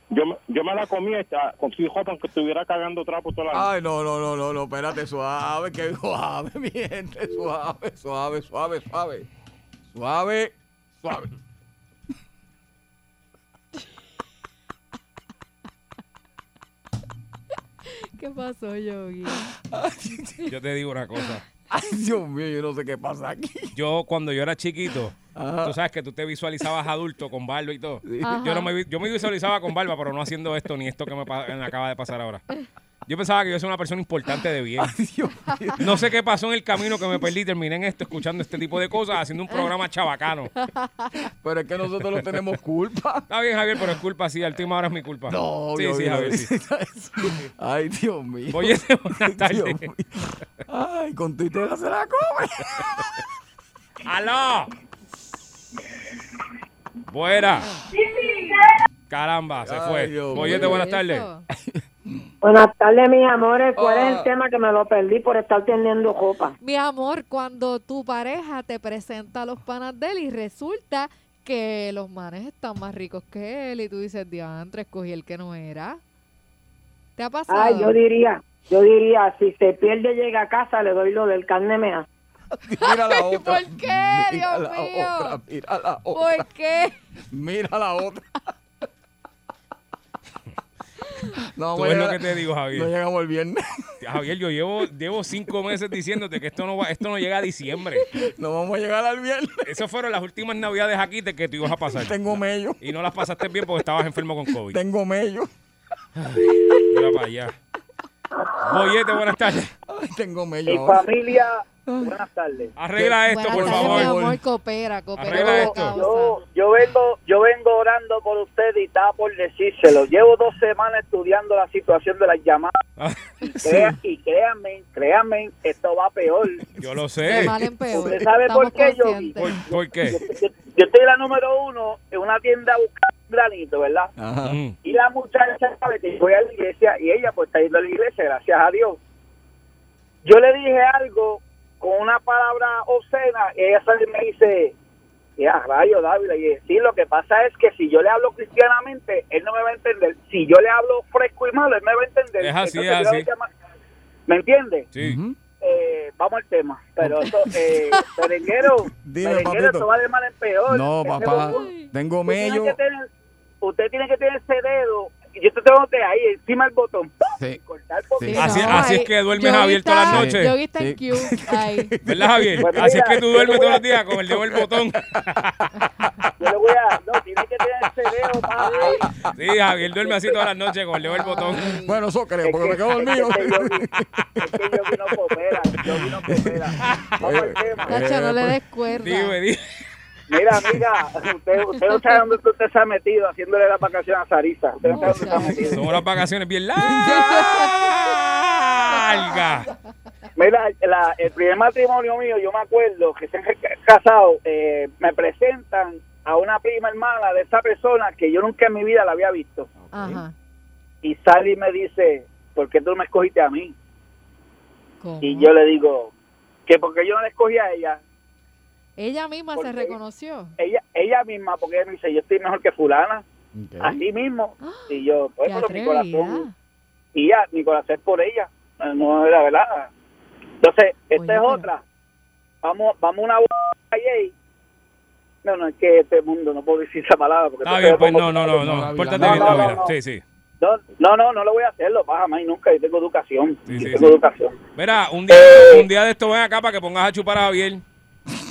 S9: yo, me- yo me la comí esta, con su hijo, aunque estuviera cagando trapo toda la
S3: Ay, no, no, no, no, no, espérate, suave, que suave, mi gente, suave, suave, suave, suave, suave, suave.
S4: ¿Qué pasó, Yogi?
S8: Yo te digo una cosa.
S3: Ay, Dios mío, yo no sé qué pasa aquí.
S8: Yo, cuando yo era chiquito, Tú sabes que tú te visualizabas adulto con barba y todo.
S10: Ajá.
S8: Yo, no me, vi- yo me visualizaba con barba, pero no haciendo esto ni esto que me, pa- me acaba de pasar ahora. Yo pensaba que yo era una persona importante de bien. No sé qué pasó en el camino que me perdí. Terminé en esto, escuchando este tipo de cosas, haciendo un programa chabacano.
S3: Pero es que nosotros no tenemos culpa.
S8: Está bien, Javier, pero es culpa, sí. Al último ahora es mi culpa.
S3: No,
S8: sí,
S3: obvio,
S8: sí,
S3: obvio,
S8: Javier,
S3: obvio.
S8: sí.
S10: Ay, Dios mío.
S8: Oye, buenas tardes.
S10: Dios mío. Ay, con tuitera se la come.
S8: ¡Aló! Buena. Caramba, se
S10: Ay,
S8: fue.
S10: Dios
S8: Boyete,
S10: mío.
S8: buenas tardes.
S11: Buenas tardes, mis amores. ¿Cuál es
S4: Ah.
S11: el tema que me lo perdí por estar teniendo copa?
S4: Mi amor, cuando tu pareja te presenta a los panas de él y resulta que los manes están más ricos que él y tú dices, diantre, escogí el que no era. ¿Te ha pasado?
S11: Ay, yo diría, yo diría, si se pierde llega a casa, le doy lo del carne mea.
S3: Mira la otra.
S4: ¿Por qué,
S3: Mira
S4: Dios
S3: la
S4: mío?
S3: otra, mira la otra.
S4: ¿Por qué?
S3: Mira la otra. No,
S8: Tú
S3: me
S8: ves lo
S3: llega-
S8: que te digo, Javier.
S3: No llegamos el viernes.
S8: Javier, yo llevo, llevo cinco meses diciéndote que esto no va, esto no llega a diciembre.
S3: No vamos a llegar al viernes.
S8: Esas fueron las últimas navidades aquí de que tú ibas a pasar.
S3: Tengo mello.
S8: Y no las pasaste bien porque estabas enfermo con COVID.
S3: Tengo mello.
S8: Mira para allá. Boyete, buenas tardes.
S3: Ay, tengo mello.
S12: Mi
S3: ahora.
S12: familia, buenas tardes.
S8: Arregla esto, por favor.
S4: Mi amor, coopera, coopera.
S8: Arregla
S4: con la
S8: esto.
S12: Yo, yo vengo, yo vengo orando por usted y está por decírselo. Llevo dos semanas estudiando la situación de las llamadas.
S4: Ah,
S12: Crea- Y créanme, créanme, esto va peor.
S8: Yo lo
S4: De
S8: sé.
S4: mal en peor.
S12: ¿Usted sabe
S4: Estamos
S12: por qué, Yogi?
S4: conscientes.
S8: ¿Por, por qué?
S12: Yo estoy la número uno en una tienda a buscar un granito, ¿verdad?
S8: Mm.
S12: Y la muchacha sabe que yo voy a la iglesia y ella pues está yendo a la iglesia, gracias a Dios. Yo le dije algo con una palabra obscena y ella sale y me dice, ya, rayo Dávila, y dije, sí, lo que pasa es que si yo le hablo cristianamente, él no me va a entender. Si yo le hablo fresco y malo, él me va a entender.
S8: Es así,
S12: Entonces
S8: es
S12: yo le
S8: así.
S12: llamo- ¿Me entiende?
S8: Sí.
S12: Eh, vamos al tema. Pero eso, eh, merenguero,
S10: Dime,
S12: merenguero,
S10: papito.
S12: eso va de mal en peor.
S10: No,
S12: Ese
S10: papá.
S12: bocón.
S10: Tengo
S12: Usted tiene
S10: mello.
S12: que tener- Usted tiene que tener ese dedo. y Yo te tengo que ahí, encima del botón. ¡pum!
S10: Sí.
S12: Cortar por
S10: Sí.
S8: Así,
S4: No,
S8: así
S4: ahí-
S8: es que duerme
S4: Yogi
S8: Javier todas las
S4: está-
S8: noches.
S4: Yogi está en Q. Ahí.
S8: ¿Verdad, Javier?
S12: Pues
S8: Así es
S12: mira,
S8: que tú duermes
S12: yo voy
S8: todos
S12: a-
S8: los días con el dedo el botón.
S12: Yo le voy a. No, tiene que tener ese dedo. papi.
S8: Sí, Javier duerme así todas las noches con el dedo el botón.
S10: Bueno, eso creo,
S12: Es
S10: porque me
S12: que-
S10: quedo dormido.
S12: Es que Este yo es que Yogi no coopera. Yogi no coopera. Vamos al
S3: eh,
S12: tema.
S4: Tacho, no le
S10: Eh,
S3: pues,
S10: pues,
S4: des cuerda.
S8: Dime, dime.
S12: Mira, amiga, usted, usted no sabe dónde usted se ha metido haciéndole la vacación a Sarisa. Usted no sabe dónde se ha metido.
S8: Son unas vacaciones bien largas.
S12: Mira, la- el primer matrimonio mío, yo me acuerdo que se han casado, eh, me presentan a una prima hermana de esa persona que yo nunca en mi vida la había visto.
S4: Ajá.
S12: Y sale y me dice, ¿por qué tú no me escogiste a mí?
S4: ¿Cómo?
S12: Y yo le digo, que porque yo no la escogí a ella,
S4: Ella misma se
S12: Porque-
S4: reconoció.
S12: ella ella misma, porque ella me dice, yo estoy mejor que fulana,
S10: Ok.
S12: así mismo. Y yo, pues,
S4: Ah, Qué
S12: pero mi
S4: atrevida.
S12: corazón, y ya, mi corazón es por ella, no era verdad. Entonces,
S4: Oye,
S12: esta es
S4: pero-
S12: otra. Vamos, vamos a una boda ahí. No, no, es que este mundo no puedo decir esa palabra. Porque
S8: Está
S12: entonces
S8: bien,
S12: me
S8: pues
S12: pongo-
S8: no, no, no, no. Pórtate
S12: No,
S8: bien,
S12: no,
S8: Tavira.
S12: no, no.
S8: Sí, sí.
S12: no. No, no, no lo voy a hacer, lo baja más nunca. Yo tengo educación.
S8: Sí, sí,
S12: yo tengo
S8: sí.
S12: educación. Eh.
S8: Mira, un día, un día de esto ven acá para que pongas a chupar a Javier.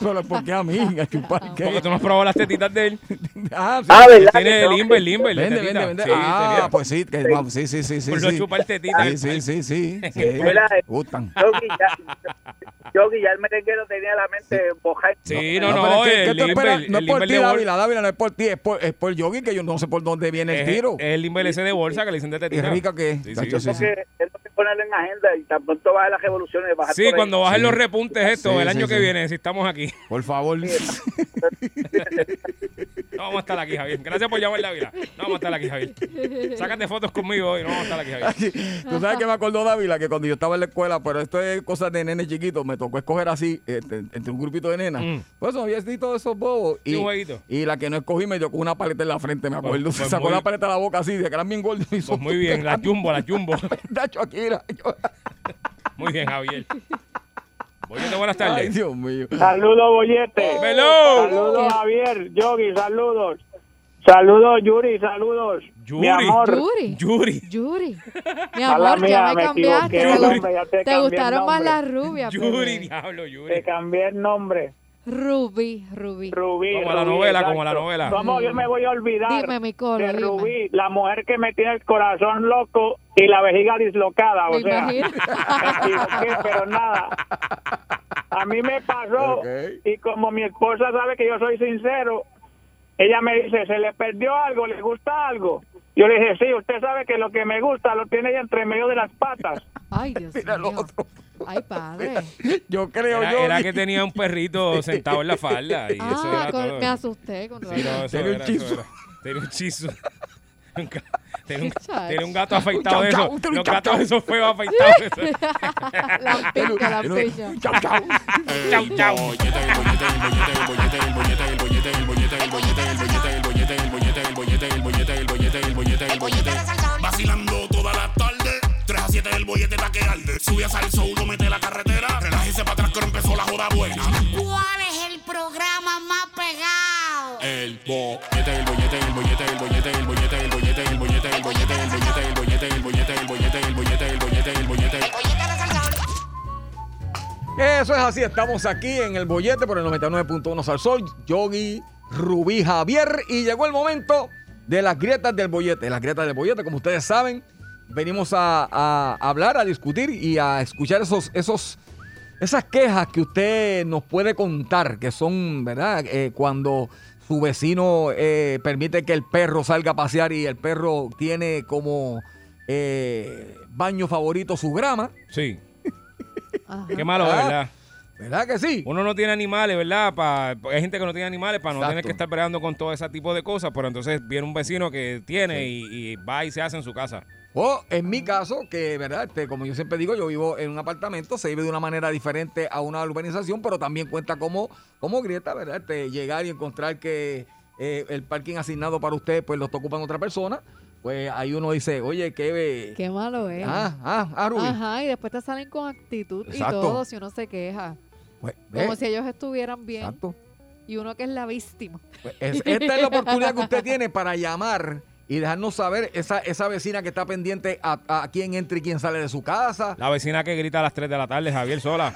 S10: Pero ¿por qué a mí? ¿A chupar qué?
S8: Porque tú no has probado las tetitas de él.
S10: Ah, sí.
S12: Ah, ¿verdad?
S8: Tiene el limber, el limber. la
S10: Vende,
S8: tetita.
S10: vende, vende.
S8: Sí,
S10: ah,
S8: tenía.
S10: pues sí, que, vamos, sí, sí, sí, sí.
S8: Por no
S10: sí.
S8: chupar tetita.
S10: Sí, sí, sí, sí.
S8: Pues,
S10: sí.
S12: Mira, eh,
S10: Gustan.
S12: Yogi, ya, Yogi, ya el merenguero tenía la mente bojada.
S8: Sí, no,
S10: No,
S8: no,
S10: pero es que- ¿qué
S8: el
S10: tú esperas?
S8: limber,
S10: no
S8: el
S10: es por
S8: limber
S10: ti,
S8: de bolsa.
S10: Dávila, Dávila, no es por ti, es por, es por Yogi, que yo no sé por dónde viene el
S8: Es
S10: tiro.
S8: es el limber ese de bolsa que le dicen de
S10: Y
S8: tetita.
S10: rica que es.
S8: Sí, sí.
S10: Chacho, sí, sí.
S12: Porque es lo que ponerlo en agenda y tan pronto baja las revoluciones. Bajar
S8: Sí,
S12: por ahí.
S8: cuando bajen
S10: Sí.
S8: los repuntes esto,
S10: Sí,
S8: el
S10: sí,
S8: año que
S10: sí.
S8: viene, si estamos aquí.
S10: Por favor.
S8: No vamos a estar aquí, Javier. Gracias por llamar la vida. No vamos a estar aquí, Javier. Sácate fotos conmigo hoy. No vamos a estar aquí, Javier.
S10: Tú sabes que me acordó Dávila que cuando yo estaba en la escuela, pero esto es cosas de nenes chiquitos, me tocó escoger así, este, entre un grupito de nenas.
S8: Mm.
S10: Por eso había visto todos Pues, esos bobos.
S8: Sí,
S10: Y,
S8: jueguito.
S10: y la que no escogí me dio con una paleta en la frente, me acuerdo.
S8: Pues- pues
S10: Se sacó
S8: muy-
S10: la paleta de la boca así, de que eran bien gordos. y
S8: Pues
S10: son-
S8: muy bien, la jumbo, la jumbo.
S10: Dacho, aquí era. Yo-
S8: Muy bien, Javier. Boyete, buenas
S10: Ay,
S8: tardes.
S10: Dios mío.
S12: Saludos,
S4: Oh.
S12: Bollete.
S8: ¡Velo!
S12: Saludos, Javier. Yogi, saludos. Saludos, Yuri, saludos.
S8: Yuri.
S12: Mi amor.
S4: Yuri.
S8: Yuri.
S4: Yuri. Mi
S12: Mala
S4: amor,
S12: mía,
S4: ya me
S12: me
S4: cambiaste.
S12: equivoqué,
S4: Te,
S12: hombre, ya te
S4: te
S12: cambié el
S4: gustaron más
S12: nombre.
S4: las rubias.
S8: Yuri,
S4: bebé.
S8: diablo,
S12: Te
S8: Yuri.
S12: cambié el nombre.
S4: Rubí, Rubí.
S12: Rubí.
S8: Como la
S12: Rubí,
S8: novela,
S12: exacto.
S8: como la novela.
S12: ¿Cómo yo me voy a olvidar
S4: Dime, mi coro,
S12: de
S4: dime.
S12: Rubí, la mujer que me tiene el corazón loco y la vejiga dislocada? O
S4: Me
S12: sea,
S4: imagino.
S12: me equivoqué, pero nada. A mí me pasó y como mi esposa sabe que yo soy sincero, ella me dice, ¿se le perdió algo? ¿Le gusta algo? Yo le dije, sí, usted sabe que lo que me gusta lo tiene ella entre medio de las patas.
S4: Ay, Dios mío. Ay, padre.
S13: Yo creo
S8: Era,
S13: yo.
S8: era que tenía un perrito sentado en la falda. Y eso
S4: Ah,
S8: era
S4: con-
S8: todo.
S4: me asusté con
S8: Sí,
S4: razón.
S8: no, eso
S13: Tenía un
S8: era, eso
S13: chizo.
S8: era. Tenía un chizo. Un ga- Tenía un,
S4: Chacho.
S8: tenía un gato afeitado de
S13: Un chau, chau,
S8: esos.
S13: tenía un
S8: Los
S13: chau,
S8: gatos
S13: chau.
S8: esos feos afeitados. de esos.
S4: Lampiña, lampiña.
S13: Chau, chau.
S8: Chau, chau.
S1: Vacilando toda la tarde, 3 a 7 el bollete está que arde. Sube a salso, uno mete la carretera, relájese para atrás que ahora empezó la joda buena.
S5: ¿Cuál es el programa más pegado?
S1: El bollete, el bollete, el bollete, el bollete, el bollete, el bollete, el bollete, el bollete, el bollete, el bollete, el bollete, el bollete, el bollete, el bollete, el bollete.
S3: Eso es así, estamos aquí en el bollete por el 99.1 Salsón, Yogi, Rubí, Javier y llegó el momento de las grietas del bollete. Las grietas del bollete, como ustedes saben, venimos a, a hablar, a discutir y a escuchar esos, esos, esas quejas que usted nos puede contar, que son, ¿verdad? Eh, cuando su vecino eh, permite que el perro salga a pasear y el perro tiene como eh, baño favorito su grama.
S8: Sí.
S4: Ajá.
S8: Qué malo,
S3: Ah,
S8: ¿verdad?
S3: ¿Verdad que sí?
S8: Uno no tiene animales, ¿verdad? Pa- pa- hay gente que no tiene animales para no
S3: Exacto.
S8: tener que estar peleando con todo ese tipo de cosas, pero entonces viene un vecino que tiene y, y va y se hace en su casa.
S3: O en mi caso, que verdad, Este, como yo siempre digo, yo vivo en un apartamento, se vive de una manera diferente a una urbanización, pero también cuenta como, como grieta, ¿verdad? Este, llegar y encontrar que eh, el parking asignado para usted, pues lo está ocupando otra persona, pues ahí uno dice, oye, qué... ve-
S4: Qué malo es.
S3: Ah, ah, ah, Rubí.
S4: Ajá, y después te salen con actitud
S3: Exacto.
S4: y todo si uno se queja.
S3: Pues, ve,
S4: Como si ellos estuvieran bien.
S3: Exacto.
S4: Y uno que es la víctima.
S3: Pues, es- esta es la oportunidad que usted tiene para llamar y dejarnos saber esa, esa vecina que está pendiente a, a quién entra y quién sale de su casa.
S8: La vecina que grita a las 3 de la tarde, Javier Sola.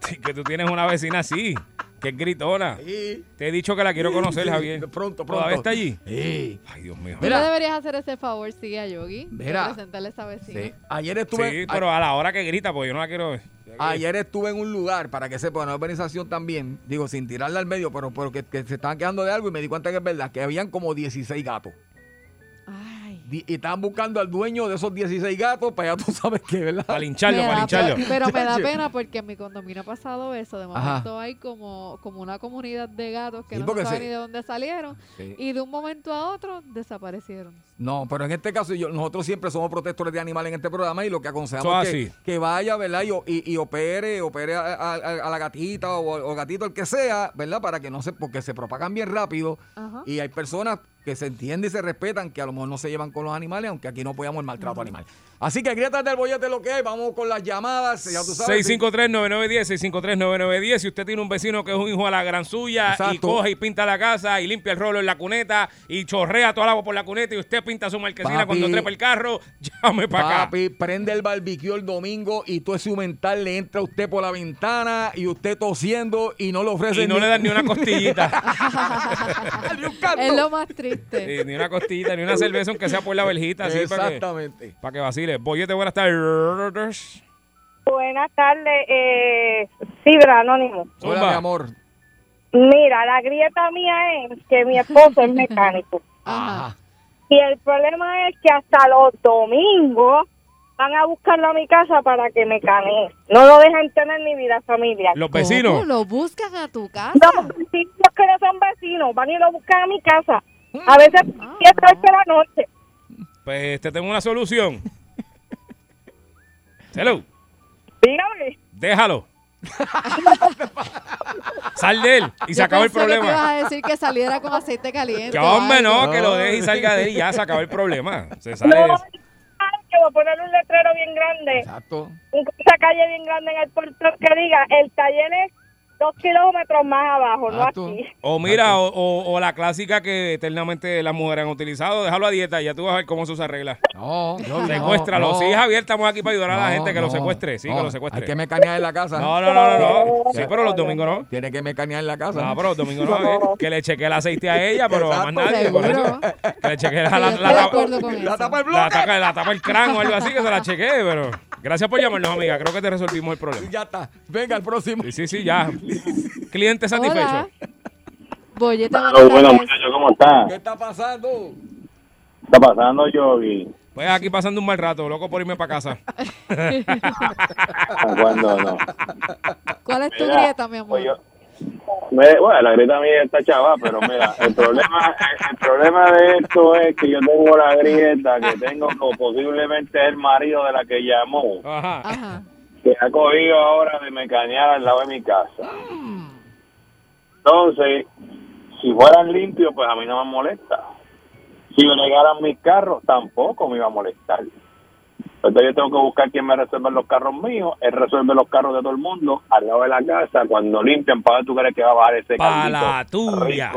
S8: Sí, que tú tienes una vecina así, que es gritona.
S3: Sí.
S8: Te he dicho que la quiero conocer,
S3: Sí,
S8: Javier.
S3: Pronto, pronto.
S8: ¿Todavía está allí?
S3: Sí.
S8: Ay, Dios mío.
S4: Tú le
S3: Mira.
S4: deberías hacer ese favor, sí, a Yogi. de
S3: Mira.
S4: Presentarle a esa vecina.
S3: Sí. Ayer estuve...
S8: Sí, pero a la hora que grita, porque yo no la quiero.
S3: Ayer estuve en un lugar, para que sepa, una organización también, digo, sin tirarla al medio, pero, pero que, que se estaban quedando de algo y me di cuenta que es verdad, que habían como 16 gatos.
S4: Ay.
S3: Di- Y estaban buscando al dueño de esos 16 gatos, para ya tú sabes que, ¿verdad?
S8: Para lincharlo,
S4: Me
S8: para
S4: da
S8: lincharlo.
S4: pe- Pero me da
S3: Chacho.
S4: pena porque en mi condominio ha pasado eso. De
S3: Ajá.
S4: momento hay como, como una comunidad de gatos que
S3: Sí,
S4: no
S3: porque
S4: se saben
S3: se-
S4: ni de dónde salieron.
S3: Sí.
S4: Y de un momento a otro desaparecieron.
S3: No, pero en este caso yo- nosotros siempre somos protectores de animales en este programa y lo que
S8: Eso
S3: aconsejamos
S8: es
S3: es que,
S8: así.
S3: que vaya, ¿verdad? Y, o- y- y opere, opere a, a- a- a la gatita o, o gatito, el que sea, ¿verdad? Para que no se, porque se propagan bien rápido
S4: Ajá.
S3: y hay personas que se entienden y se respetan que a lo mejor no se llevan con los animales, aunque aquí no podamos el maltrato animal. Así que grietas del bollete lo que hay, vamos con las llamadas, ya tú sabes.
S8: 653-9910, 653-9910. Si usted tiene un vecino que es un hijo a la gran suya y
S3: Exacto.
S8: coge y pinta la casa y limpia el rolo en la cuneta y chorrea toda el agua por la cuneta y usted pinta su marquesina
S3: Papi.
S8: cuando trepa el carro, llame para acá.
S3: Papi, prende el barbecue el domingo y todo ese mental le entra a usted por la ventana y usted tosiendo y no le ofrecen
S8: Y no le dan ni una costillita,
S3: ni un canto.
S4: Es lo más triste.
S8: Sí, ni una costillita, ni una cerveza, aunque sea por la verjita, así para que,
S3: Exactamente.
S8: para que vacile. Bollete, buenas tardes.
S14: Buenas tardes, eh, Sidra Anónimo.
S3: Hola,
S8: Zumba.
S3: mi amor.
S14: Mira, la grieta mía es que mi esposo es mecánico.
S3: Ajá.
S14: Y el problema es que hasta los domingos van a buscarlo a mi casa para que me canee. No lo dejan tener ni vida familiar.
S8: Los
S4: ¿Cómo
S8: vecinos.
S4: lo buscan a tu casa?
S14: Los vecinos que no son vecinos van y lo buscan a mi casa. A veces
S4: Ah.
S14: siete ocho de la noche.
S8: Pues te tengo una solución. Hello,
S14: Dígame.
S8: déjalo. Sal de él y se
S4: Yo
S8: acabó el
S4: pensé que te
S8: problema.
S4: ibas a decir que saliera con aceite caliente.
S8: Que
S4: o
S8: hombre,
S4: algo.
S8: no, que lo deje y salga de él y ya se acabó el problema. Se sale.
S14: No, ay, que voy a poner un letrero bien grande.
S3: Exacto.
S14: una calle bien grande en el puerto que diga el taller es dos kilómetros más abajo, no aquí.
S8: O mira, o, o- o la clásica que eternamente las mujeres han utilizado, déjalo a dieta, ya tú vas a ver cómo eso se arregla.
S1: No,
S3: yo-
S8: Secuéstralo.
S3: no, no.
S8: Sí, Javier, estamos aquí para ayudar a la
S3: No,
S8: gente que lo
S3: no,
S8: secuestre. Sí,
S3: no,
S8: que lo secuestre.
S3: hay que mecanear en la casa.
S8: No, no, no, no. no. Sí,
S3: Tiene-
S8: pero los domingos no.
S3: Tiene que mecanear en la casa.
S8: No, pero los domingos no. eh. Que le chequee el aceite a ella, pero a más
S3: Exacto.
S8: nadie. por eso. Que le chequee la, la,
S3: Estoy
S8: la
S3: de
S8: tapa.
S3: acuerdo con
S8: La tapa el bloque. La tapa, el cráneo o algo así, que se la chequee, pero. Gracias por llamarnos, amiga. Creo que te resolvimos el problema.
S3: Ya está. Venga, al próximo.
S8: Sí, sí, sí, ya. Cliente satisfecho.
S4: Bollete
S9: Claro,
S4: buenas
S9: bueno,
S4: tardes.
S9: muchachos, ¿cómo está?
S1: ¿Qué está pasando?
S9: está pasando, Yogi?
S8: Pues aquí pasando un mal rato, loco por irme para casa.
S9: ¿Cuándo no?
S4: ¿Cuál es tu
S9: Mira,
S4: grieta, mi amor?
S9: Me- bueno, la grieta mía está chava, pero mira, el problema, el problema de esto es que yo tengo la grieta que tengo con posiblemente el marido de la que llamó, que ha cogido ahora de mecanear al lado de mi casa. Entonces, si fueran limpios, pues a mí no me molesta. Si me negaran mis carros, tampoco me iba a molestar. Entonces yo tengo que buscar quien me resuelva los carros míos, él resuelve los carros de todo el mundo al lado de la casa, cuando limpian, ¿para dónde tú crees que va a bajar ese
S8: Pa'
S9: carro?
S8: la tuya.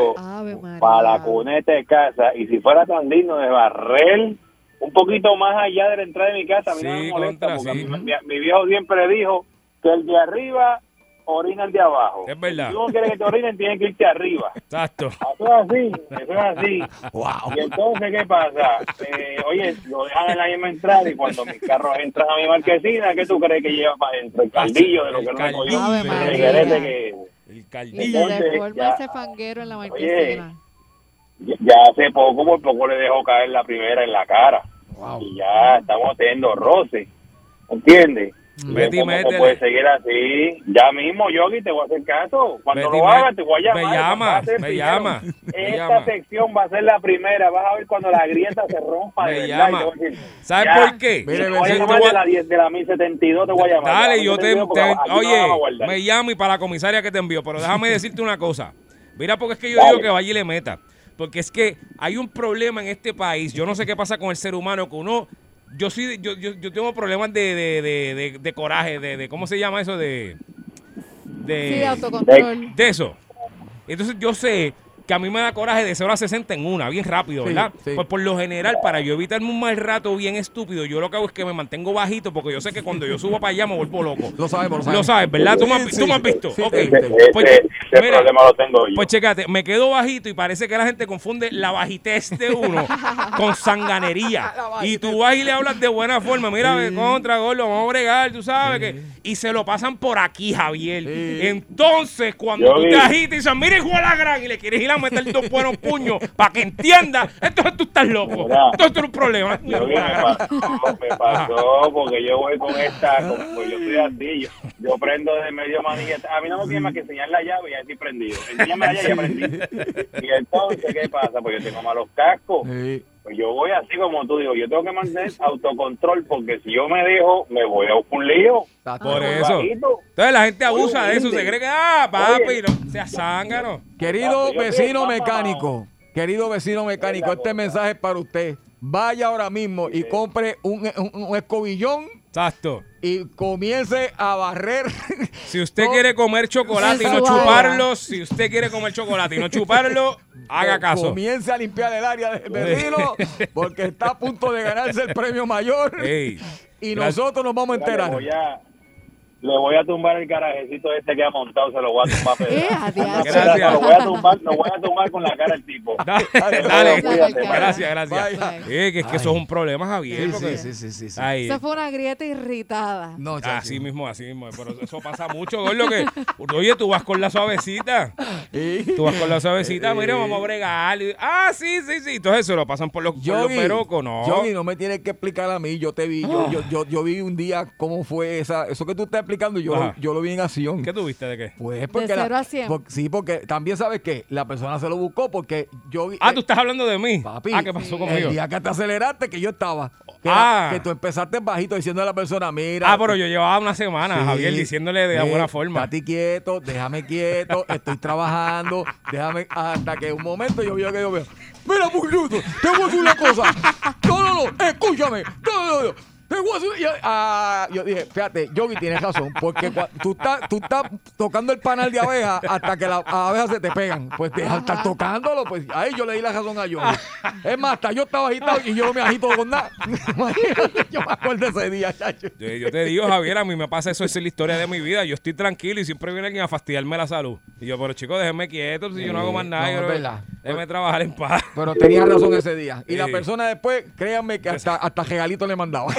S9: Para la cuneta de casa. Y si fuera tan digno de barrer un poquito más allá de la entrada de mi casa, a mí no me molesta, porque a mí- mi, mi viejo siempre dijo que el de arriba orina el de abajo.
S8: Es verdad.
S9: Si tú no quieres que te orinen, tienes que irte arriba.
S8: Exacto.
S9: Eso es Ah, pues así, eso es así. Y entonces, ¿qué pasa? Eh, oye, lo dejan en la misma entrada y cuando mis carros entran a mi marquesina, ¿qué tú crees que lleva para adentro?
S8: Ah,
S9: El caldillo de lo que no me cogió.
S4: Ave
S9: El
S4: María.
S9: reguerete que...
S8: El
S4: Y
S9: caldillo.
S4: se deforma ese fanguero en la marquesina.
S9: ya, ya hace poco, por poco le dejó caer la primera en la cara. Y ya estamos teniendo roce. ¿Entiendes?
S8: Vete y
S9: ¿Cómo- cómo
S8: métele.
S9: puede seguir así? Ya mismo, Yogi, te voy a hacer caso. Cuando
S8: Vete y
S9: lo hagas,
S8: mé-
S9: te voy a llamar.
S8: me llama,
S9: Vas a ser
S8: me
S9: primero.
S8: llama, me
S9: Esta
S8: llama.
S9: sección va a ser la primera. Vas a ver cuando la grieta se rompa. de
S8: Me
S9: verdad,
S8: llama.
S9: y te voy a decir,
S8: ¿Sabes
S9: ya,
S8: por qué?
S9: Te
S8: Mire,
S9: voy a
S8: vecino,
S9: llamar
S8: te voy a-
S9: de la, 10, de la 1072, te voy a llamar.
S8: Dale,
S9: Ya,
S8: yo
S9: no
S8: te,
S9: digo porque
S8: te-
S9: aquí no la vas a
S8: oye,
S9: guardar.
S8: me llamo y para la comisaria que te envió, pero déjame decirte una cosa. Mira, porque es que yo
S9: Dale.
S8: digo que vaya y le meta. Porque es que hay un problema en este país. Yo no sé qué pasa con el ser humano, que uno, yo sí, de- yo, yo, yo tengo problemas de, de, de, de- de coraje, de, de- ¿cómo se llama eso? De, de,
S4: Sí, de autocontrol.
S8: De eso. Entonces yo sé que a mí me da coraje de 0 a 60 en una, bien rápido,
S3: Sí,
S8: ¿verdad?
S3: sí.
S8: Pues por lo general, para yo evitarme un mal rato bien estúpido, yo lo que hago es que me mantengo bajito porque yo sé que cuando yo subo para allá me vuelvo loco.
S3: Lo sabemos, lo sabemos.
S8: Lo sabes, ¿verdad? Tú me has,
S3: Sí,
S8: tú me has
S3: sí,
S8: visto.
S3: sí,
S8: ok.
S3: sí, sí.
S8: Pues,
S9: Ese- ese
S8: mira,
S9: Este, problema lo tengo yo.
S8: Pues checate, me quedo bajito y parece que la gente confunde la bajitez de uno con sanganería. Y tú vas y le hablas de buena forma. Mira, ve, contra, gordo, vamos a bregar, tú sabes que. Y se lo pasan por aquí, Javier. Entonces, cuando
S9: Yo
S8: tú
S9: vi.
S8: te agitas y dices, mira, hijo de la gran, y le quieres ir a meter dos buenos puños para que entienda, entonces tú estás loco.
S9: Mira.
S8: Entonces tú eres un problema.
S9: Yo vi, me pasó, me pasó, porque yo voy con esta, con- pues yo soy así, yo, yo prendo de medio manilla. A mí no me tiene
S8: Mm.
S9: más que enseñar la llave y ya estoy prendido. Enséñame la llave y ya prendí. Y entonces, ¿qué pasa? Pues yo tengo malos cascos. Pues yo voy así como tú digo, yo tengo que mantener autocontrol porque si yo me dejo, me voy a un lío.
S8: Por
S9: Voy
S8: eso.
S9: bajito.
S8: Entonces la gente abusa de eso.
S9: humilde.
S8: Se cree que, ah, papi,
S9: Oye.
S8: no, sea zángano.
S3: Querido vecino mecánico, querido vecino mecánico, este mensaje es para usted. Vaya ahora mismo y compre un, un- un escobillón.
S8: Exacto.
S3: Y comience a barrer.
S8: Si usted quiere comer chocolate y no
S3: Sensual.
S8: chuparlo, si usted quiere comer chocolate y no chuparlo, haga caso.
S3: Comience a limpiar el área del vecino porque está a punto de ganarse el premio mayor.
S8: Ey.
S3: Y
S9: Gracias.
S3: nosotros nos vamos a
S9: Mira,
S3: enterar.
S9: Le voy a, le voy a tumbar el garajecito este que ha montado, se lo voy a tumbar. a pedazos.
S8: Gracias.
S9: Lo voy a tumbar, lo voy a tumbar con la cara al tipo.
S8: Dale,
S9: Cuídate,
S8: gracias, gracias. Eh, que es que eso es un problema, Javier.
S3: Sí,
S8: porque-
S3: sí, sí, sí, sí.
S8: Ay,
S4: Esa fue una grieta irritada.
S3: No,
S8: así mismo, así mismo. Pero eso pasa mucho, gordo, que... Oye, tú vas con la suavecita. Tú vas con la suavecita, mira, vamos a bregar. Y- Ah, sí, sí, sí. Entonces se lo pasan por los, por los
S3: Yogi,
S8: perocos, no.
S3: Yogi, no me tienes que explicar a mí. Yo te vi, yo, yo, yo, yo vi un día cómo fue esa, eso que tú estás explicando, yo,
S8: Ajá.
S3: yo lo vi en acción.
S8: ¿Qué tuviste de qué?
S3: Pues porque la-
S4: cero a cien.
S3: por- sí, porque también sabes que la persona se lo buscó porque yo
S8: Ah, tú estás hablando de mí.
S3: Papi,
S8: ah, ¿qué pasó conmigo?
S3: El día que te aceleraste, que yo estaba. Que,
S8: Ah.
S3: era- que tú empezaste bajito diciendo a la persona, mira.
S8: Ah, pero yo llevaba una semana,
S3: Sí.
S8: Javier, diciéndole de
S3: Eh,
S8: alguna forma.
S3: Estate quieto, déjame quieto, estoy trabajando, déjame. Hasta que un momento yo veo que yo veo. Mira, puñito, te voy a decir una cosa. No, no, no, escúchame. No, no, no. It wasn't- yo, ah, yo dije, fíjate, Yogi tienes razón, porque cua- tú estás, tú estás tocando el panal de abeja hasta que las abejas se te pegan. Pues deja de estar tocándolo, pues ahí yo le di la razón a Yogi. Es más, hasta yo estaba agitado y yo no me agito con nada. Imagínate, yo me acuerdo ese día, chacho.
S8: Yo, yo te digo, Javier, a mí me pasa eso, esa es la historia de mi vida. Yo estoy tranquilo y siempre viene alguien a fastidiarme la salud. Y yo, pero chicos, déjenme quieto, si yo no hago más nada,
S3: Eh,
S8: yo
S3: no, es
S8: creo que-
S3: verdad.
S8: déjenme trabajar en paz.
S3: Pero tenía razón ese día. Y la
S8: Sí.
S3: persona después, créanme que hasta, hasta regalito le mandaba.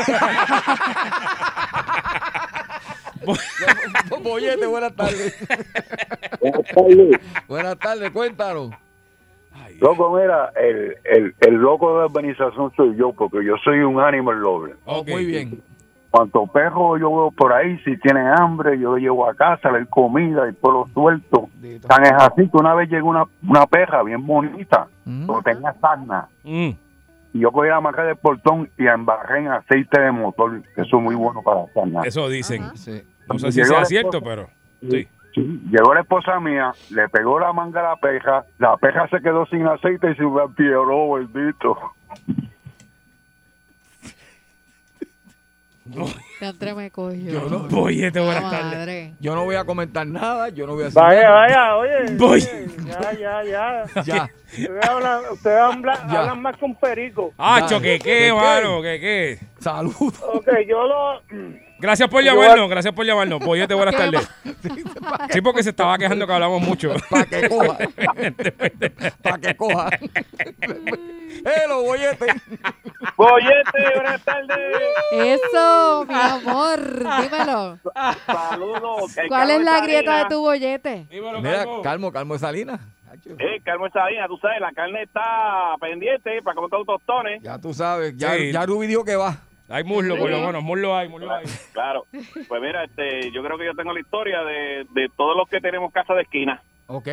S3: Bollete, buenas tardes.
S7: Buenas tardes.
S3: Buenas tardes, cuéntanos.
S7: Loco, mira, el, el, el loco de la urbanización soy yo, porque yo soy un animal lover.
S4: Oh,
S3: Muy bien.
S7: Cuanto perro yo veo por ahí, si tienen hambre, yo lo llevo a casa, le doy comida y por lo suelto. Tan es así que una vez llegó una, una perra bien bonita, pero tenía sarna.
S8: Mm.
S7: Y yo cogí la marca del portón y la embarré en aceite de motor, que eso es muy bueno para la sarna.
S8: Eso dicen. No sé
S7: Cuando
S8: si
S7: llegó
S8: sea
S7: la
S8: cierto,
S7: esposa-
S8: pero. Sí.
S7: Llegó la esposa mía, le pegó la manga a la perra, la perra se quedó sin aceite y se vampiró, bendito.
S4: Cantre me cogió.
S3: Yo no,
S8: Bollete,
S4: buenas tardes. Madre.
S3: Yo no voy a comentar nada, yo no voy a decir
S1: Vaya,
S3: nada.
S1: vaya, oye.
S3: Voy.
S1: Ya, ya, ya.
S3: Ya.
S1: Ustedes hablan, ustedes habla-
S3: Ya.
S1: hablan más con perico.
S8: Ah, choque, qué, mano,
S1: bueno.
S8: que qué.
S3: Salud.
S1: Ok, yo lo...
S8: Gracias por
S1: Yo-
S8: llamarnos, gracias por llamarnos. Pues, Bollete, buenas
S1: ¿Qué
S8: tardes. Sí, porque se estaba quejando que hablamos mucho. Para que coja. Para
S3: que coja. Hello, bollete.
S1: Bollete, buenas tardes.
S4: Eso, mi amor, dímelo.
S1: Saludos.
S4: ¿Cuál es la grieta de tu bollete?
S3: Mira, calmo, calmo de Salinas.
S15: Eh, Carmen Sabina, tú sabes, la carne está pendiente para comer todos los tostones.
S3: Ya tú sabes, ya,
S8: Sí.
S3: ya Ruby dijo que va.
S8: Hay muslo, por lo menos, muslo hay, muslo hay.
S15: Claro. Pues mira, este, yo creo que yo tengo la historia de, de todos los que tenemos casa de esquina.
S3: Ok.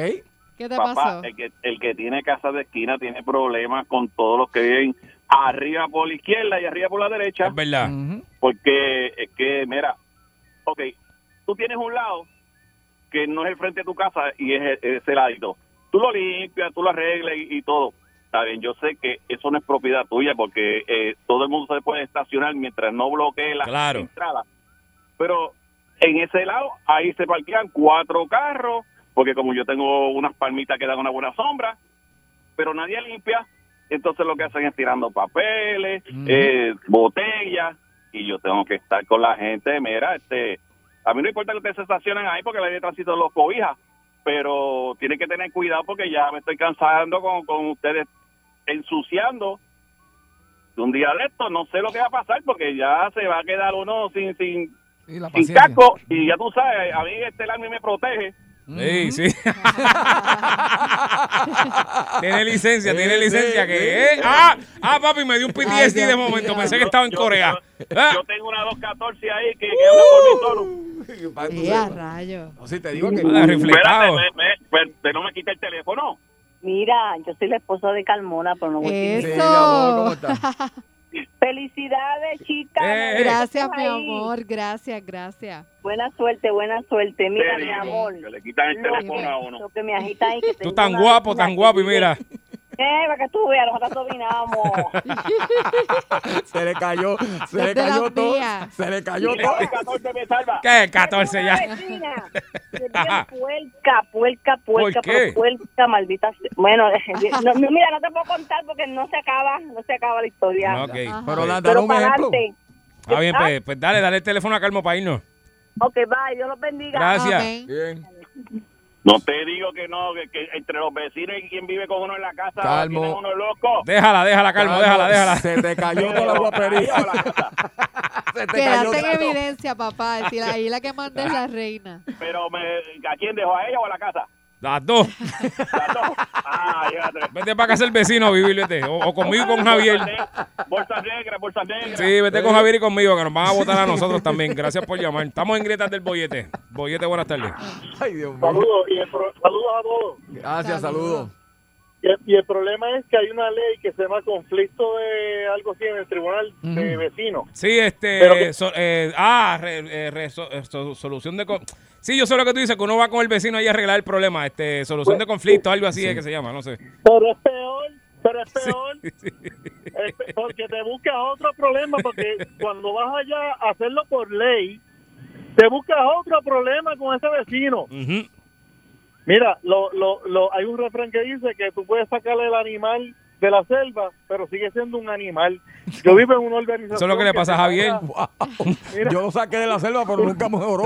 S4: ¿Qué te
S15: Papá,
S4: pasó?
S15: El, que, el que tiene casa de esquina tiene problemas con todos los que viven arriba por la izquierda y arriba por la derecha.
S8: Es verdad.
S15: Porque es que, mira, ok, tú tienes un lado que no es el frente de tu casa y es e- ese ladito. Tú lo limpias, tú lo arreglas y, y todo. Está bien, yo sé que eso no es propiedad tuya porque eh, todo el mundo se puede estacionar mientras no bloquee la
S8: Claro.
S15: entrada. Pero en ese lado, ahí se parquean cuatro carros, porque como yo tengo unas palmitas que dan una buena sombra, pero nadie limpia, entonces lo que hacen es tirando papeles, eh, botellas, y yo tengo que estar con la gente, mira, este, a mí no importa que ustedes se estacionen ahí porque la ley de tránsito los cobija, pero tienen que tener cuidado porque ya me estoy cansando con, con ustedes ensuciando. De un día de esto no sé lo que va a pasar porque ya se va a quedar uno sin sin, sin
S8: paciencia.
S15: casco y ya tú sabes, a mí este alarme me protege.
S8: Sí, sí. tiene licencia, tiene licencia que eh, ah, ah, papi, me dio un PTSD de momento, pensé que estaba en Corea. Ah.
S15: Yo tengo una 214 ahí que, que habla por mí solo.
S8: ¡Uh!
S4: Sí, a rayo.
S3: No, sí, te digo que.
S8: Ah, reflectado.
S15: Espérate, me- me- me- no me quita el teléfono.
S14: Mira, yo soy la esposa de Calmona, pero no voy
S4: Eso. Sí, mi amor, ¿cómo
S14: Felicidades, chicas.
S4: Eh, gracias, mi amor, gracias, gracias.
S14: Buena suerte, buena suerte. Mira, mi amor.
S15: Que le quitan el teléfono a uno.
S14: Lo que me agita ahí que
S8: Tú
S14: tengo
S8: tan
S14: una-
S8: guapo,
S14: una-
S8: tan guapo y mira.
S14: Eh, para que tú veas, nosotros dominamos.
S3: Se le cayó, se
S14: Desde
S3: le cayó
S14: las
S3: todo.
S14: vías.
S3: Se le cayó
S14: Mira,
S3: todo.
S14: el
S15: 14 me salva.
S8: ¿Qué? 14 ya.
S14: Vecina, que
S8: Ajá.
S14: bien puerca, puerca, puerca,
S8: ¿Por qué?
S14: pero puerca, maldita. sea. Bueno, no, no, mira, no te puedo contar porque no se acaba, no se acaba la historia.
S8: Ok.
S14: Pero,
S8: Pero la-
S3: dar un
S14: para
S3: ejemplo.
S14: adelante.
S8: Ah, bien,
S14: Ah.
S8: pues, pues dale, dale el teléfono a Calmo para irnos.
S14: Ok, bye, Dios los bendiga.
S8: Gracias.
S3: Bien.
S15: No te digo que no, que, que entre los vecinos y quien vive con uno en la casa,
S3: Calmo.
S15: tienen uno loco.
S8: Déjala, déjala, Calmo, déjala, déjala.
S3: Se te cayó toda la guapería. se te cayó
S4: Quedaste en
S3: todo.
S4: evidencia, papá. Si la, ahí la que manda es la reina.
S16: Pues
S15: Pero me, ¿a quién dejó? ¿A ella o a la casa?
S8: Las dos.
S15: Ah, llévate.
S8: Vete para casa el vecino a vivir, vete. O, o conmigo y con Javier.
S15: Bolsa negra, bolsa negra.
S8: Sí, vete con Javier y conmigo, que nos van a votar a nosotros también. Gracias por llamar. Estamos en grietas del bollete. Bollete, buenas tardes.
S3: Ay, Dios mío.
S16: Saludos, y el pro- saludos a todos.
S3: Gracias, saludos.
S16: Y el, y el problema es que hay una ley que se llama conflicto de algo así en el tribunal de
S8: Ujú.
S16: vecinos.
S8: Sí,
S16: Pero
S8: este.
S16: que-
S8: so- eh, ah, re- eh, re- so- eh, so- solución de. co- Sí, yo sé lo que tú dices, que uno va con
S16: Pues,
S8: el vecino ahí a arreglar el problema. Este, solución de conflicto, algo así es que se llama, no sé.
S16: Pero es peor, pero pero es peor, es pe- porque te buscas otro problema, porque cuando vas allá a hacerlo por ley, te buscas otro problema con ese vecino. Mira, lo, lo, lo, hay un refrán que dice que tú puedes sacarle el animal de la selva, pero sigue siendo un animal. Yo vivo en una organización.
S8: Eso es lo que le pasa a Javier.
S3: Yo lo saqué de la selva, pero nunca mejoró.